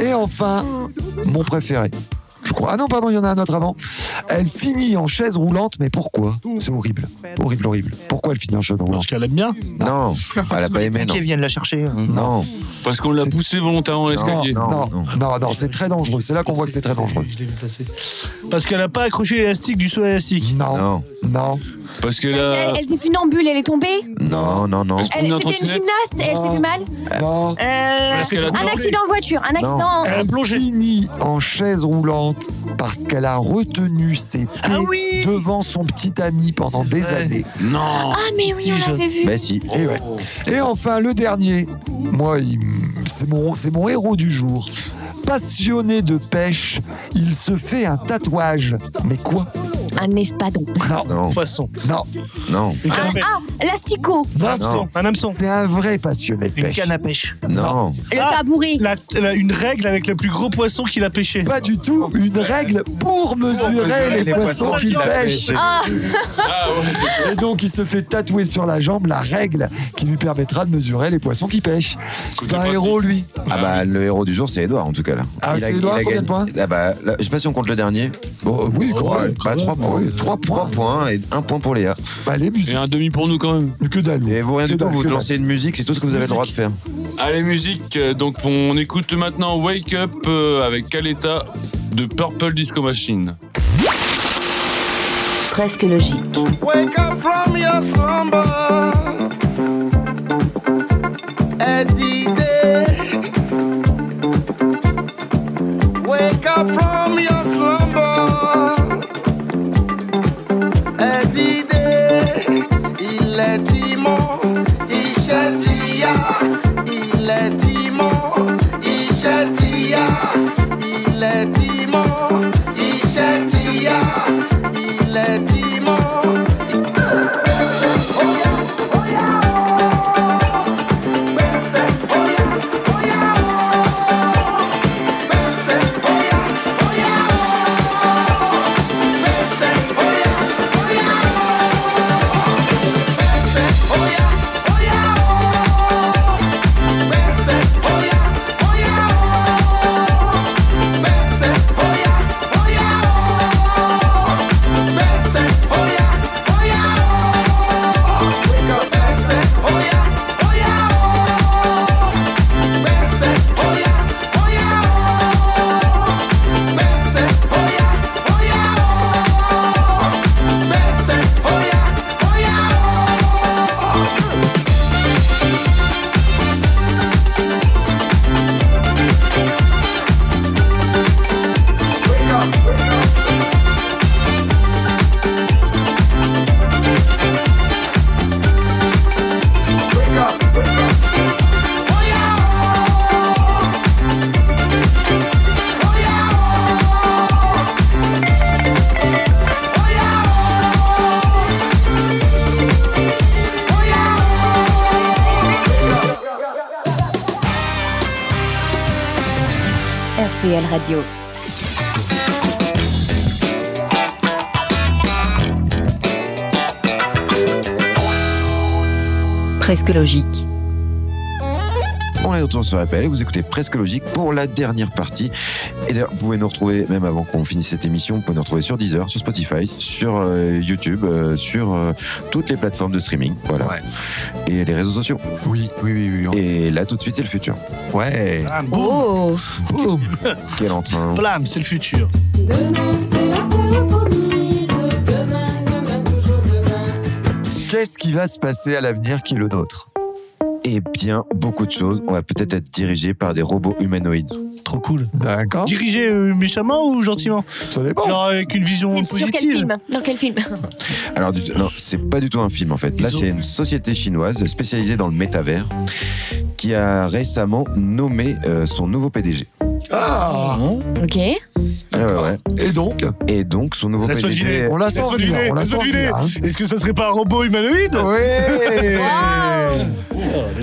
[SPEAKER 5] Et enfin, mon préféré. Je crois. Ah non, pardon, il y en a un autre avant. Elle finit en chaise roulante, mais pourquoi C'est horrible. Horrible, horrible. Pourquoi elle finit en chaise roulante Ah,
[SPEAKER 6] Parce qu'elle aime bien.
[SPEAKER 1] Non. Elle a pas aimé, non.
[SPEAKER 7] Qui viennent la
[SPEAKER 5] hein?
[SPEAKER 7] chercher
[SPEAKER 1] Non.
[SPEAKER 9] Parce qu'on l'a poussé volontairement à l'escalier.
[SPEAKER 1] Non,
[SPEAKER 5] Non, non, non, c'est très dangereux. C'est là qu'on voit que c'est très dangereux.
[SPEAKER 6] Je l'ai vu passer. Parce qu'elle n'a pas accroché l'élastique du saut élastique.
[SPEAKER 5] Non,
[SPEAKER 1] Non.
[SPEAKER 5] non.
[SPEAKER 9] Parce qu'elle a.
[SPEAKER 8] Elle, elle était funambule, elle est tombée.
[SPEAKER 1] Non, non, non.
[SPEAKER 8] Elle
[SPEAKER 9] Une
[SPEAKER 8] c'était une
[SPEAKER 9] trottinette.
[SPEAKER 8] gymnaste, elle s'est fait mal.
[SPEAKER 5] Non.
[SPEAKER 8] Euh,
[SPEAKER 9] Parce qu'elle a
[SPEAKER 8] un
[SPEAKER 9] tombé.
[SPEAKER 8] accident de voiture, un accident.
[SPEAKER 5] Elle finit en chaise roulante parce qu'elle a retenu ses pieds devant son petit ami pendant
[SPEAKER 6] C'est
[SPEAKER 5] des
[SPEAKER 6] vrai.
[SPEAKER 5] années.
[SPEAKER 9] Non.
[SPEAKER 8] Ah mais oui,
[SPEAKER 6] Si,
[SPEAKER 8] on
[SPEAKER 6] je-
[SPEAKER 8] l'avait vu.
[SPEAKER 1] Bah si.
[SPEAKER 5] Et, ouais. Et enfin, le dernier, moi, il m- c'est mon, c'est mon héros du jour. Passionné de pêche, il se fait un tatouage. Mais quoi
[SPEAKER 8] Un espadon.
[SPEAKER 5] Non,
[SPEAKER 1] Non.
[SPEAKER 6] Poisson.
[SPEAKER 5] non,
[SPEAKER 1] Non.
[SPEAKER 6] Une
[SPEAKER 8] Un,
[SPEAKER 6] canne à pêche.
[SPEAKER 8] ah, l'asticot,
[SPEAKER 5] non,
[SPEAKER 6] Un hameçon. Un hameçon.
[SPEAKER 5] C'est un vrai passionné de
[SPEAKER 7] Une
[SPEAKER 5] pêche.
[SPEAKER 7] canne à pêche.
[SPEAKER 1] Non.
[SPEAKER 8] le
[SPEAKER 6] Ah,
[SPEAKER 8] tabouret.
[SPEAKER 6] La- la- une règle avec le plus gros poisson qu'il a pêché.
[SPEAKER 5] Pas du tout une règle pour mesurer les poissons qu'il pêche.
[SPEAKER 8] Ah,
[SPEAKER 9] Ah
[SPEAKER 6] oh.
[SPEAKER 9] ouais.
[SPEAKER 5] Et donc, il se fait tatouer sur la jambe la règle qui lui permettra de mesurer les poissons qu'il pêche. C'est pas un
[SPEAKER 9] pratique.
[SPEAKER 5] héros, lui.
[SPEAKER 1] Ah bah le héros du jour c'est Edouard en tout cas là.
[SPEAKER 5] Ah,
[SPEAKER 1] Il a-
[SPEAKER 5] c'est Édouard,
[SPEAKER 1] il a
[SPEAKER 5] combien
[SPEAKER 1] gagné.
[SPEAKER 5] de points
[SPEAKER 1] Ah bah là, je sais pas si on compte le dernier.
[SPEAKER 5] Oh, oui, quand même.
[SPEAKER 1] bah, 3 points.
[SPEAKER 5] oui, trois points.
[SPEAKER 1] Trois points et 1 point pour Léa.
[SPEAKER 5] Bah, les
[SPEAKER 9] Et
[SPEAKER 5] musiques.
[SPEAKER 9] un demi pour nous quand même.
[SPEAKER 5] Que dalle.
[SPEAKER 1] Et vous rien du
[SPEAKER 5] Que
[SPEAKER 1] tout,
[SPEAKER 5] dalle,
[SPEAKER 1] vous
[SPEAKER 5] que dalle.
[SPEAKER 1] lancez une musique, c'est tout ce que vous avez le droit de faire.
[SPEAKER 9] Allez musique, euh, donc on écoute maintenant Wake Up euh, avec Caleta de Purple Disco Machine.
[SPEAKER 3] presque logique,
[SPEAKER 12] Wake up from your slumber. Every day. Wake up from your slumber. Every day. Il est timon, il chatilla. Il est timon, il chatilla. Il est timon, il chatilla. Il est timon.
[SPEAKER 13] oh,
[SPEAKER 15] RPL Radio.
[SPEAKER 3] presque logique.
[SPEAKER 1] On est de retour sur l'appel et vous écoutez Presque Logique pour la dernière partie. Et d'ailleurs, vous pouvez nous retrouver, même avant qu'on finisse cette émission, vous pouvez nous retrouver sur Deezer, sur Spotify, sur euh, YouTube, euh, sur euh, toutes les plateformes de streaming. Voilà. Et les réseaux sociaux.
[SPEAKER 5] Oui, oui, oui.
[SPEAKER 1] Et là, tout de suite, c'est le futur. Ouais.
[SPEAKER 6] Ah.
[SPEAKER 8] Oh
[SPEAKER 1] Boum Quel entrain.
[SPEAKER 6] Blam, c'est le futur.
[SPEAKER 5] Qu'est-ce qui va se passer à l'avenir qui est le nôtre
[SPEAKER 1] Eh bien, beaucoup de choses. On va peut-être être dirigé par des robots humanoïdes.
[SPEAKER 6] Trop cool.
[SPEAKER 5] D'accord.
[SPEAKER 6] Dirigé euh, méchamment ou gentiment
[SPEAKER 5] Ça dépend.
[SPEAKER 6] Genre euh, avec une vision
[SPEAKER 8] C'est sur quel
[SPEAKER 6] positive.
[SPEAKER 8] film Dans quel film
[SPEAKER 1] Alors, du non, c'est pas du tout un film en fait. Là, c'est une société chinoise spécialisée dans le métavers qui a récemment nommé euh, son nouveau PDG.
[SPEAKER 5] Ah
[SPEAKER 8] Ok.
[SPEAKER 5] Et donc
[SPEAKER 1] Ah, Et donc, son nouveau
[SPEAKER 6] Laisse-le deviner.
[SPEAKER 1] PDG.
[SPEAKER 6] Laisse-le deviner, laisse-le deviner.
[SPEAKER 5] hein.
[SPEAKER 6] Est-ce que ce serait pas un robot humanoïde
[SPEAKER 5] Ouais.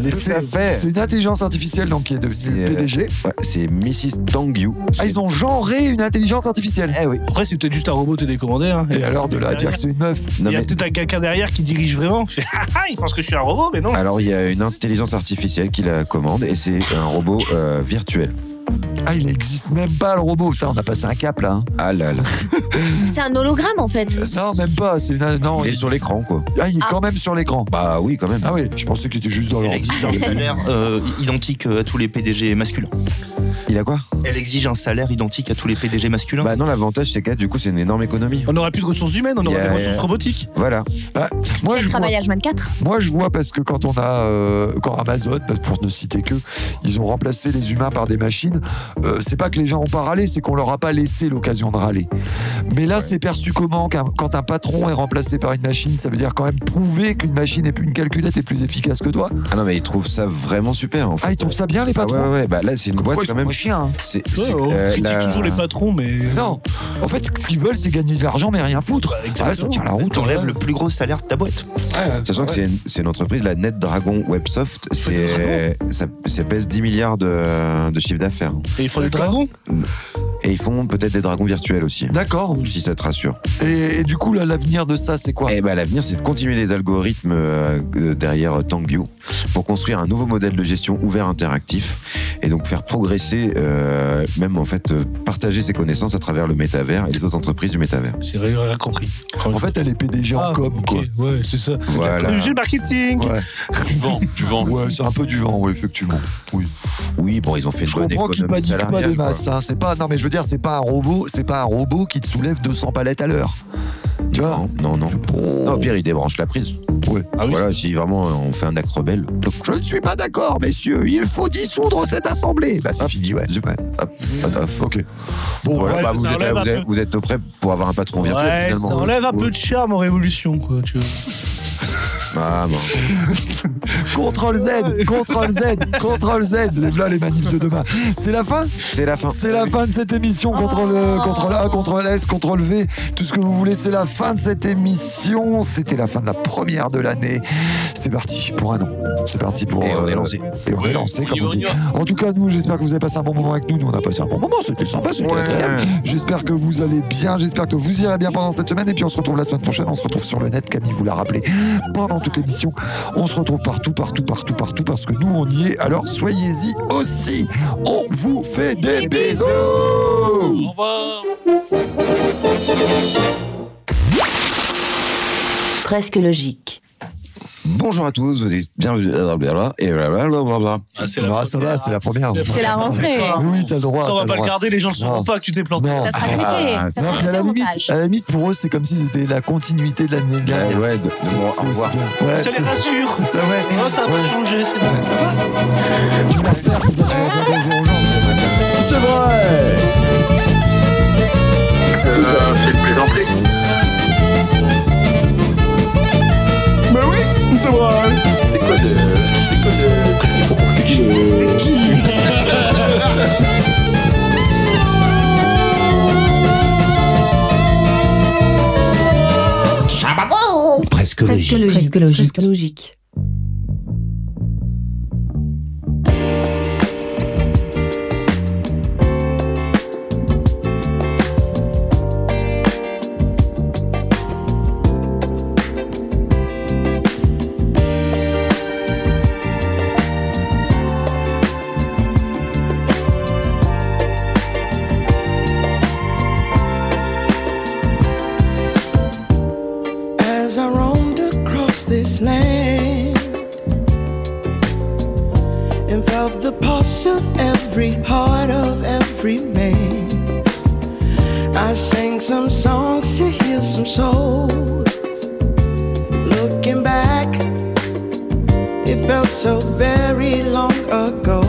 [SPEAKER 1] Tout à fait.
[SPEAKER 5] C'est une intelligence artificielle donc qui est devenue
[SPEAKER 1] euh,
[SPEAKER 5] PDG.
[SPEAKER 1] ouais, c'est Mrs. Tang Yu.
[SPEAKER 5] Ah, ils ont genré une intelligence artificielle.
[SPEAKER 1] Eh oui.
[SPEAKER 6] Après, c'est peut-être juste un robot télécommandé. hein.
[SPEAKER 5] Et alors de là à dire que c'est une meuf.
[SPEAKER 6] Il y a peut-être un quelqu'un derrière qui dirige vraiment. Je fais, Ah, ah, il pense que je suis un robot, mais non.
[SPEAKER 1] Alors, il y a une intelligence artificielle qui la commande et c'est un robot euh, virtuel.
[SPEAKER 5] Ah, il n'existe même pas le robot. Putain, on a passé un cap là. hein.
[SPEAKER 1] Ah là là.
[SPEAKER 8] C'est un hologramme en fait.
[SPEAKER 5] Non, même pas. C'est une- non,
[SPEAKER 1] Il est
[SPEAKER 5] il...
[SPEAKER 1] sur l'écran, quoi.
[SPEAKER 5] Ah, il est quand même sur l'écran.
[SPEAKER 1] Bah oui, quand même.
[SPEAKER 5] Ah oui, je pensais qu'il était juste dans
[SPEAKER 7] Elle exige un salaire euh, identique à tous les PDG masculins.
[SPEAKER 1] Il a quoi
[SPEAKER 7] Elle exige un salaire identique à tous les PDG masculins.
[SPEAKER 1] Bah non, l'avantage, c'est que du coup, c'est une énorme économie.
[SPEAKER 6] On n'aura plus de ressources humaines, on aura
[SPEAKER 1] Yeah.
[SPEAKER 6] des ressources robotiques.
[SPEAKER 1] Voilà.
[SPEAKER 5] Bah, moi,
[SPEAKER 8] Quel
[SPEAKER 5] je vois,
[SPEAKER 8] travail H24
[SPEAKER 5] moi, je vois parce que quand on a, euh, quand Amazon, parce- pour ne citer que, ils ont remplacé les humains par des machines. euh, c'est pas que les gens ont pas râlé, c'est qu'on leur a pas laissé l'occasion de râler. Mais là, c'est perçu comment qu'un- quand un patron est remplacé par une machine, ça veut dire quand même prouver qu'une machine et une calculette est plus efficace que toi.
[SPEAKER 1] Ah non, mais ils trouvent ça vraiment super, en fait.
[SPEAKER 5] Ah, ils trouvent ça bien les
[SPEAKER 1] Ah ouais,
[SPEAKER 5] patrons.
[SPEAKER 1] ouais, ouais. Bah là, c'est une boîte
[SPEAKER 5] Pourquoi ils
[SPEAKER 1] quand
[SPEAKER 5] sont
[SPEAKER 1] même.
[SPEAKER 5] pas chiens, hein
[SPEAKER 1] C'est
[SPEAKER 6] Ouais,
[SPEAKER 1] c'est-
[SPEAKER 6] on
[SPEAKER 1] euh,
[SPEAKER 6] critique
[SPEAKER 1] la-
[SPEAKER 6] toujours les patrons, mais.
[SPEAKER 5] Non, en fait, ce qu'ils veulent, c'est gagner de l'argent, mais rien foutre.
[SPEAKER 6] Bah,
[SPEAKER 5] Ah ouais, ça
[SPEAKER 6] exactement.
[SPEAKER 5] tient la route.
[SPEAKER 7] T'enlèves le plus gros salaire de ta boîte.
[SPEAKER 1] Sachant que c'est une- c'est une entreprise, la NetDragon Websoft, c'est ça, ça pèse 10 milliards de, de chiffre d'affaires.
[SPEAKER 6] Et ils font des dragons
[SPEAKER 1] Et ils font peut-être des dragons virtuels aussi,
[SPEAKER 5] D'accord.
[SPEAKER 1] si ça te rassure.
[SPEAKER 5] Et, et du coup, là, l'avenir de ça, c'est quoi
[SPEAKER 1] Et bah l'avenir, c'est de continuer les algorithmes euh, euh, derrière Tangbio pour construire un nouveau modèle de gestion ouvert interactif et donc faire progresser, euh, même en fait, euh, partager ses connaissances à travers le métavers et les autres entreprises du métavers.
[SPEAKER 6] J'ai rien rien compris.
[SPEAKER 5] En fait, elle est PDG en
[SPEAKER 6] Ah,
[SPEAKER 5] com,
[SPEAKER 6] ok,
[SPEAKER 5] quoi.
[SPEAKER 6] Ouais, c'est ça.
[SPEAKER 1] Voilà.
[SPEAKER 6] J'ai le marketing.
[SPEAKER 5] Ouais.
[SPEAKER 9] Tu vends, tu vends.
[SPEAKER 5] Ouais, c'est un peu du vent, oui, effectivement. Oui.
[SPEAKER 1] Oui, bon, ils ont fait une
[SPEAKER 5] Je
[SPEAKER 1] bonne
[SPEAKER 5] comprends qu'il
[SPEAKER 1] économie
[SPEAKER 5] panique pas
[SPEAKER 1] salariale,
[SPEAKER 5] des
[SPEAKER 1] quoi.
[SPEAKER 5] masses. hein. C'est pas, non, mais je veux dire, c'est pas un robot, c'est pas un robot qui te soulève 200 palettes à l'heure. Tu vois
[SPEAKER 1] Non, non, non. Non, au pire, il débranche la prise.
[SPEAKER 5] Ouais.
[SPEAKER 6] Ah oui.
[SPEAKER 1] Voilà, si vraiment euh, on fait un acte rebelle. plouc,
[SPEAKER 5] Je ne suis pas d'accord, messieurs. Il faut dissoudre cette assemblée. Bah, c'est fini, ouais.
[SPEAKER 1] zip, hop, hop, hop.
[SPEAKER 5] Ok. Bon,
[SPEAKER 1] Voilà,
[SPEAKER 6] Ouais,
[SPEAKER 1] bah,
[SPEAKER 6] ça
[SPEAKER 1] vous, êtes,
[SPEAKER 6] enlève
[SPEAKER 1] vous,
[SPEAKER 6] un
[SPEAKER 1] êtes,
[SPEAKER 6] peu.
[SPEAKER 1] vous êtes au prêt pour avoir un patron virtuel
[SPEAKER 6] Ouais,
[SPEAKER 1] finalement.
[SPEAKER 6] ça enlève un
[SPEAKER 1] Ouais.
[SPEAKER 6] peu de charme aux révolutions, quoi. Tu vois.
[SPEAKER 1] Ah, bon.
[SPEAKER 5] Contrôle Z, Contrôle Z, Contrôle Z. Les voilà les manifs de demain. C'est la fin
[SPEAKER 1] C'est la fin.
[SPEAKER 5] C'est la fin de cette émission. Contrôle, euh, contrôle A, contrôle S, contrôle V, tout ce que vous voulez. C'est la fin de cette émission. C'était la fin de la première de l'année. C'est parti pour un an. C'est parti pour. euh,
[SPEAKER 1] Et on est lancé.
[SPEAKER 5] Et on
[SPEAKER 9] Oui,
[SPEAKER 5] est
[SPEAKER 9] on
[SPEAKER 5] lancé,
[SPEAKER 9] y
[SPEAKER 5] comme
[SPEAKER 9] va,
[SPEAKER 5] on
[SPEAKER 9] on y
[SPEAKER 5] dit.
[SPEAKER 9] va.
[SPEAKER 5] En tout cas, nous, j'espère que vous avez passé un bon moment avec nous. Nous, on a passé un bon moment. C'était sympa, c'était
[SPEAKER 1] Ouais.
[SPEAKER 5] agréable. J'espère que vous allez bien. J'espère que vous irez bien pendant cette semaine. Et puis, on se retrouve la semaine prochaine. On se retrouve sur le net. Camille vous l'a rappelé pendant toute l'émission. On se retrouve partout, partout, partout, partout, parce que nous, on y est. Alors, soyez-y aussi. On vous fait des bisous.
[SPEAKER 9] Au revoir.
[SPEAKER 3] presque logique.
[SPEAKER 1] Bonjour à tous, vous êtes bienvenue. blablabla, Et blablabla.
[SPEAKER 9] Ah, c'est
[SPEAKER 5] Ah,
[SPEAKER 9] la
[SPEAKER 5] ça va, c'est la première.
[SPEAKER 6] C'est la
[SPEAKER 8] C'est la rentrée.
[SPEAKER 5] Oui, t'as le droit.
[SPEAKER 6] Ah. Ça, on
[SPEAKER 5] t'as
[SPEAKER 6] va pas le
[SPEAKER 5] droit.
[SPEAKER 6] garder, les gens ne
[SPEAKER 5] Non.
[SPEAKER 6] sauront pas que tu t'es planté.
[SPEAKER 5] Non.
[SPEAKER 8] Ça sera pété.
[SPEAKER 1] Ah,
[SPEAKER 8] ça
[SPEAKER 5] Non,
[SPEAKER 8] sera
[SPEAKER 5] puis à
[SPEAKER 8] pété
[SPEAKER 5] la
[SPEAKER 8] au
[SPEAKER 5] limite,
[SPEAKER 8] montage.
[SPEAKER 5] à la limite, pour eux, c'est comme si c'était la continuité de l'année
[SPEAKER 1] Ouais,
[SPEAKER 5] dernière.
[SPEAKER 1] ouais, de-
[SPEAKER 5] C'est-
[SPEAKER 1] bon,
[SPEAKER 5] c'est aussi
[SPEAKER 1] au revoir.
[SPEAKER 5] bien. Ouais,
[SPEAKER 6] Ça les
[SPEAKER 5] c'est-
[SPEAKER 6] rassure.
[SPEAKER 5] c'est vrai.
[SPEAKER 6] Oh, ça a pas
[SPEAKER 5] Ouais.
[SPEAKER 6] changé, c'est bon. Ah.
[SPEAKER 5] Ça va Tu vas la refaire, c'est ça, tu vas dire bonjour aux gens. C'est vrai
[SPEAKER 3] Presque logique. Presque logique. Presque logique.
[SPEAKER 16] hand and felt the pulse of every heart of every man. I sang some songs to heal some souls. Looking back, it felt so very long ago.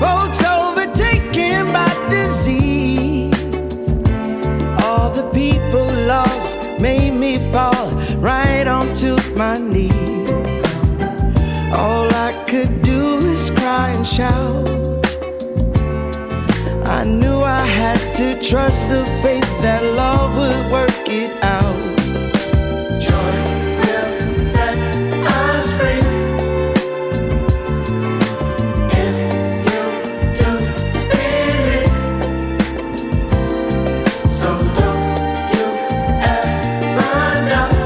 [SPEAKER 16] Folks overtaken by disease. All the people lost made me fall right onto my knee. All I could do is cry and shout. I knew I had to trust the faith that love would work it out. Joy will set us free.
[SPEAKER 13] So don't you ever doubt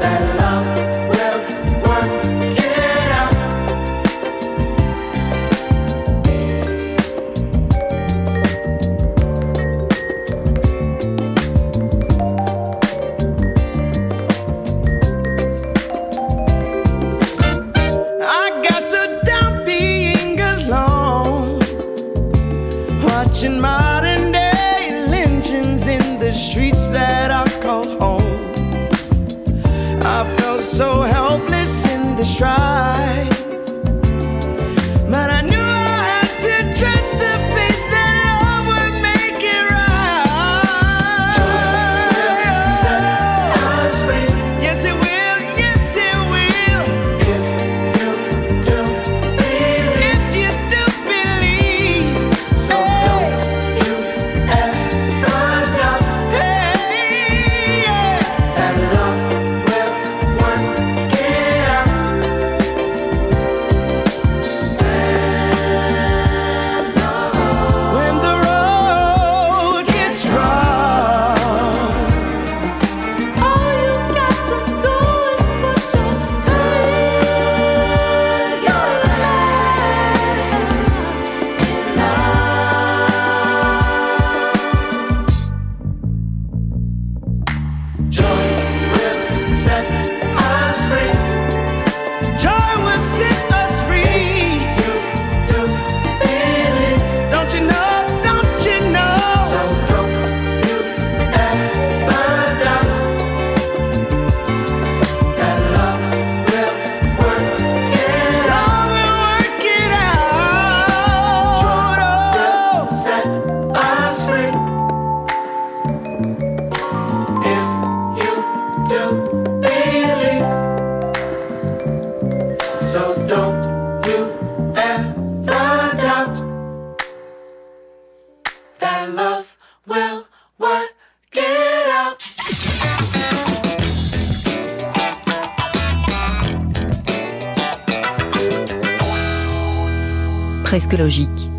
[SPEAKER 13] that love will work it out.
[SPEAKER 16] I got so down being alone, watching modern day lynchings in the streets that I call home. I felt so helpless in the strife, but I knew I had to trust the faith that love would make it right. Yes, it will. Yes, it will. If you do believe, so don't you ever doubt. Hey, that love will work it out. When the road gets rough, all you got to do is put your faith, your
[SPEAKER 13] Joy will set us free.
[SPEAKER 16] Joy will set us free. You do believe. Don't you know? Don't you know? So don't you ever doubt that love will work it out. Love will work it out. Joy will set us free. If you do believe.
[SPEAKER 13] So don't you ever doubt that love will work it out.
[SPEAKER 8] Presque logique.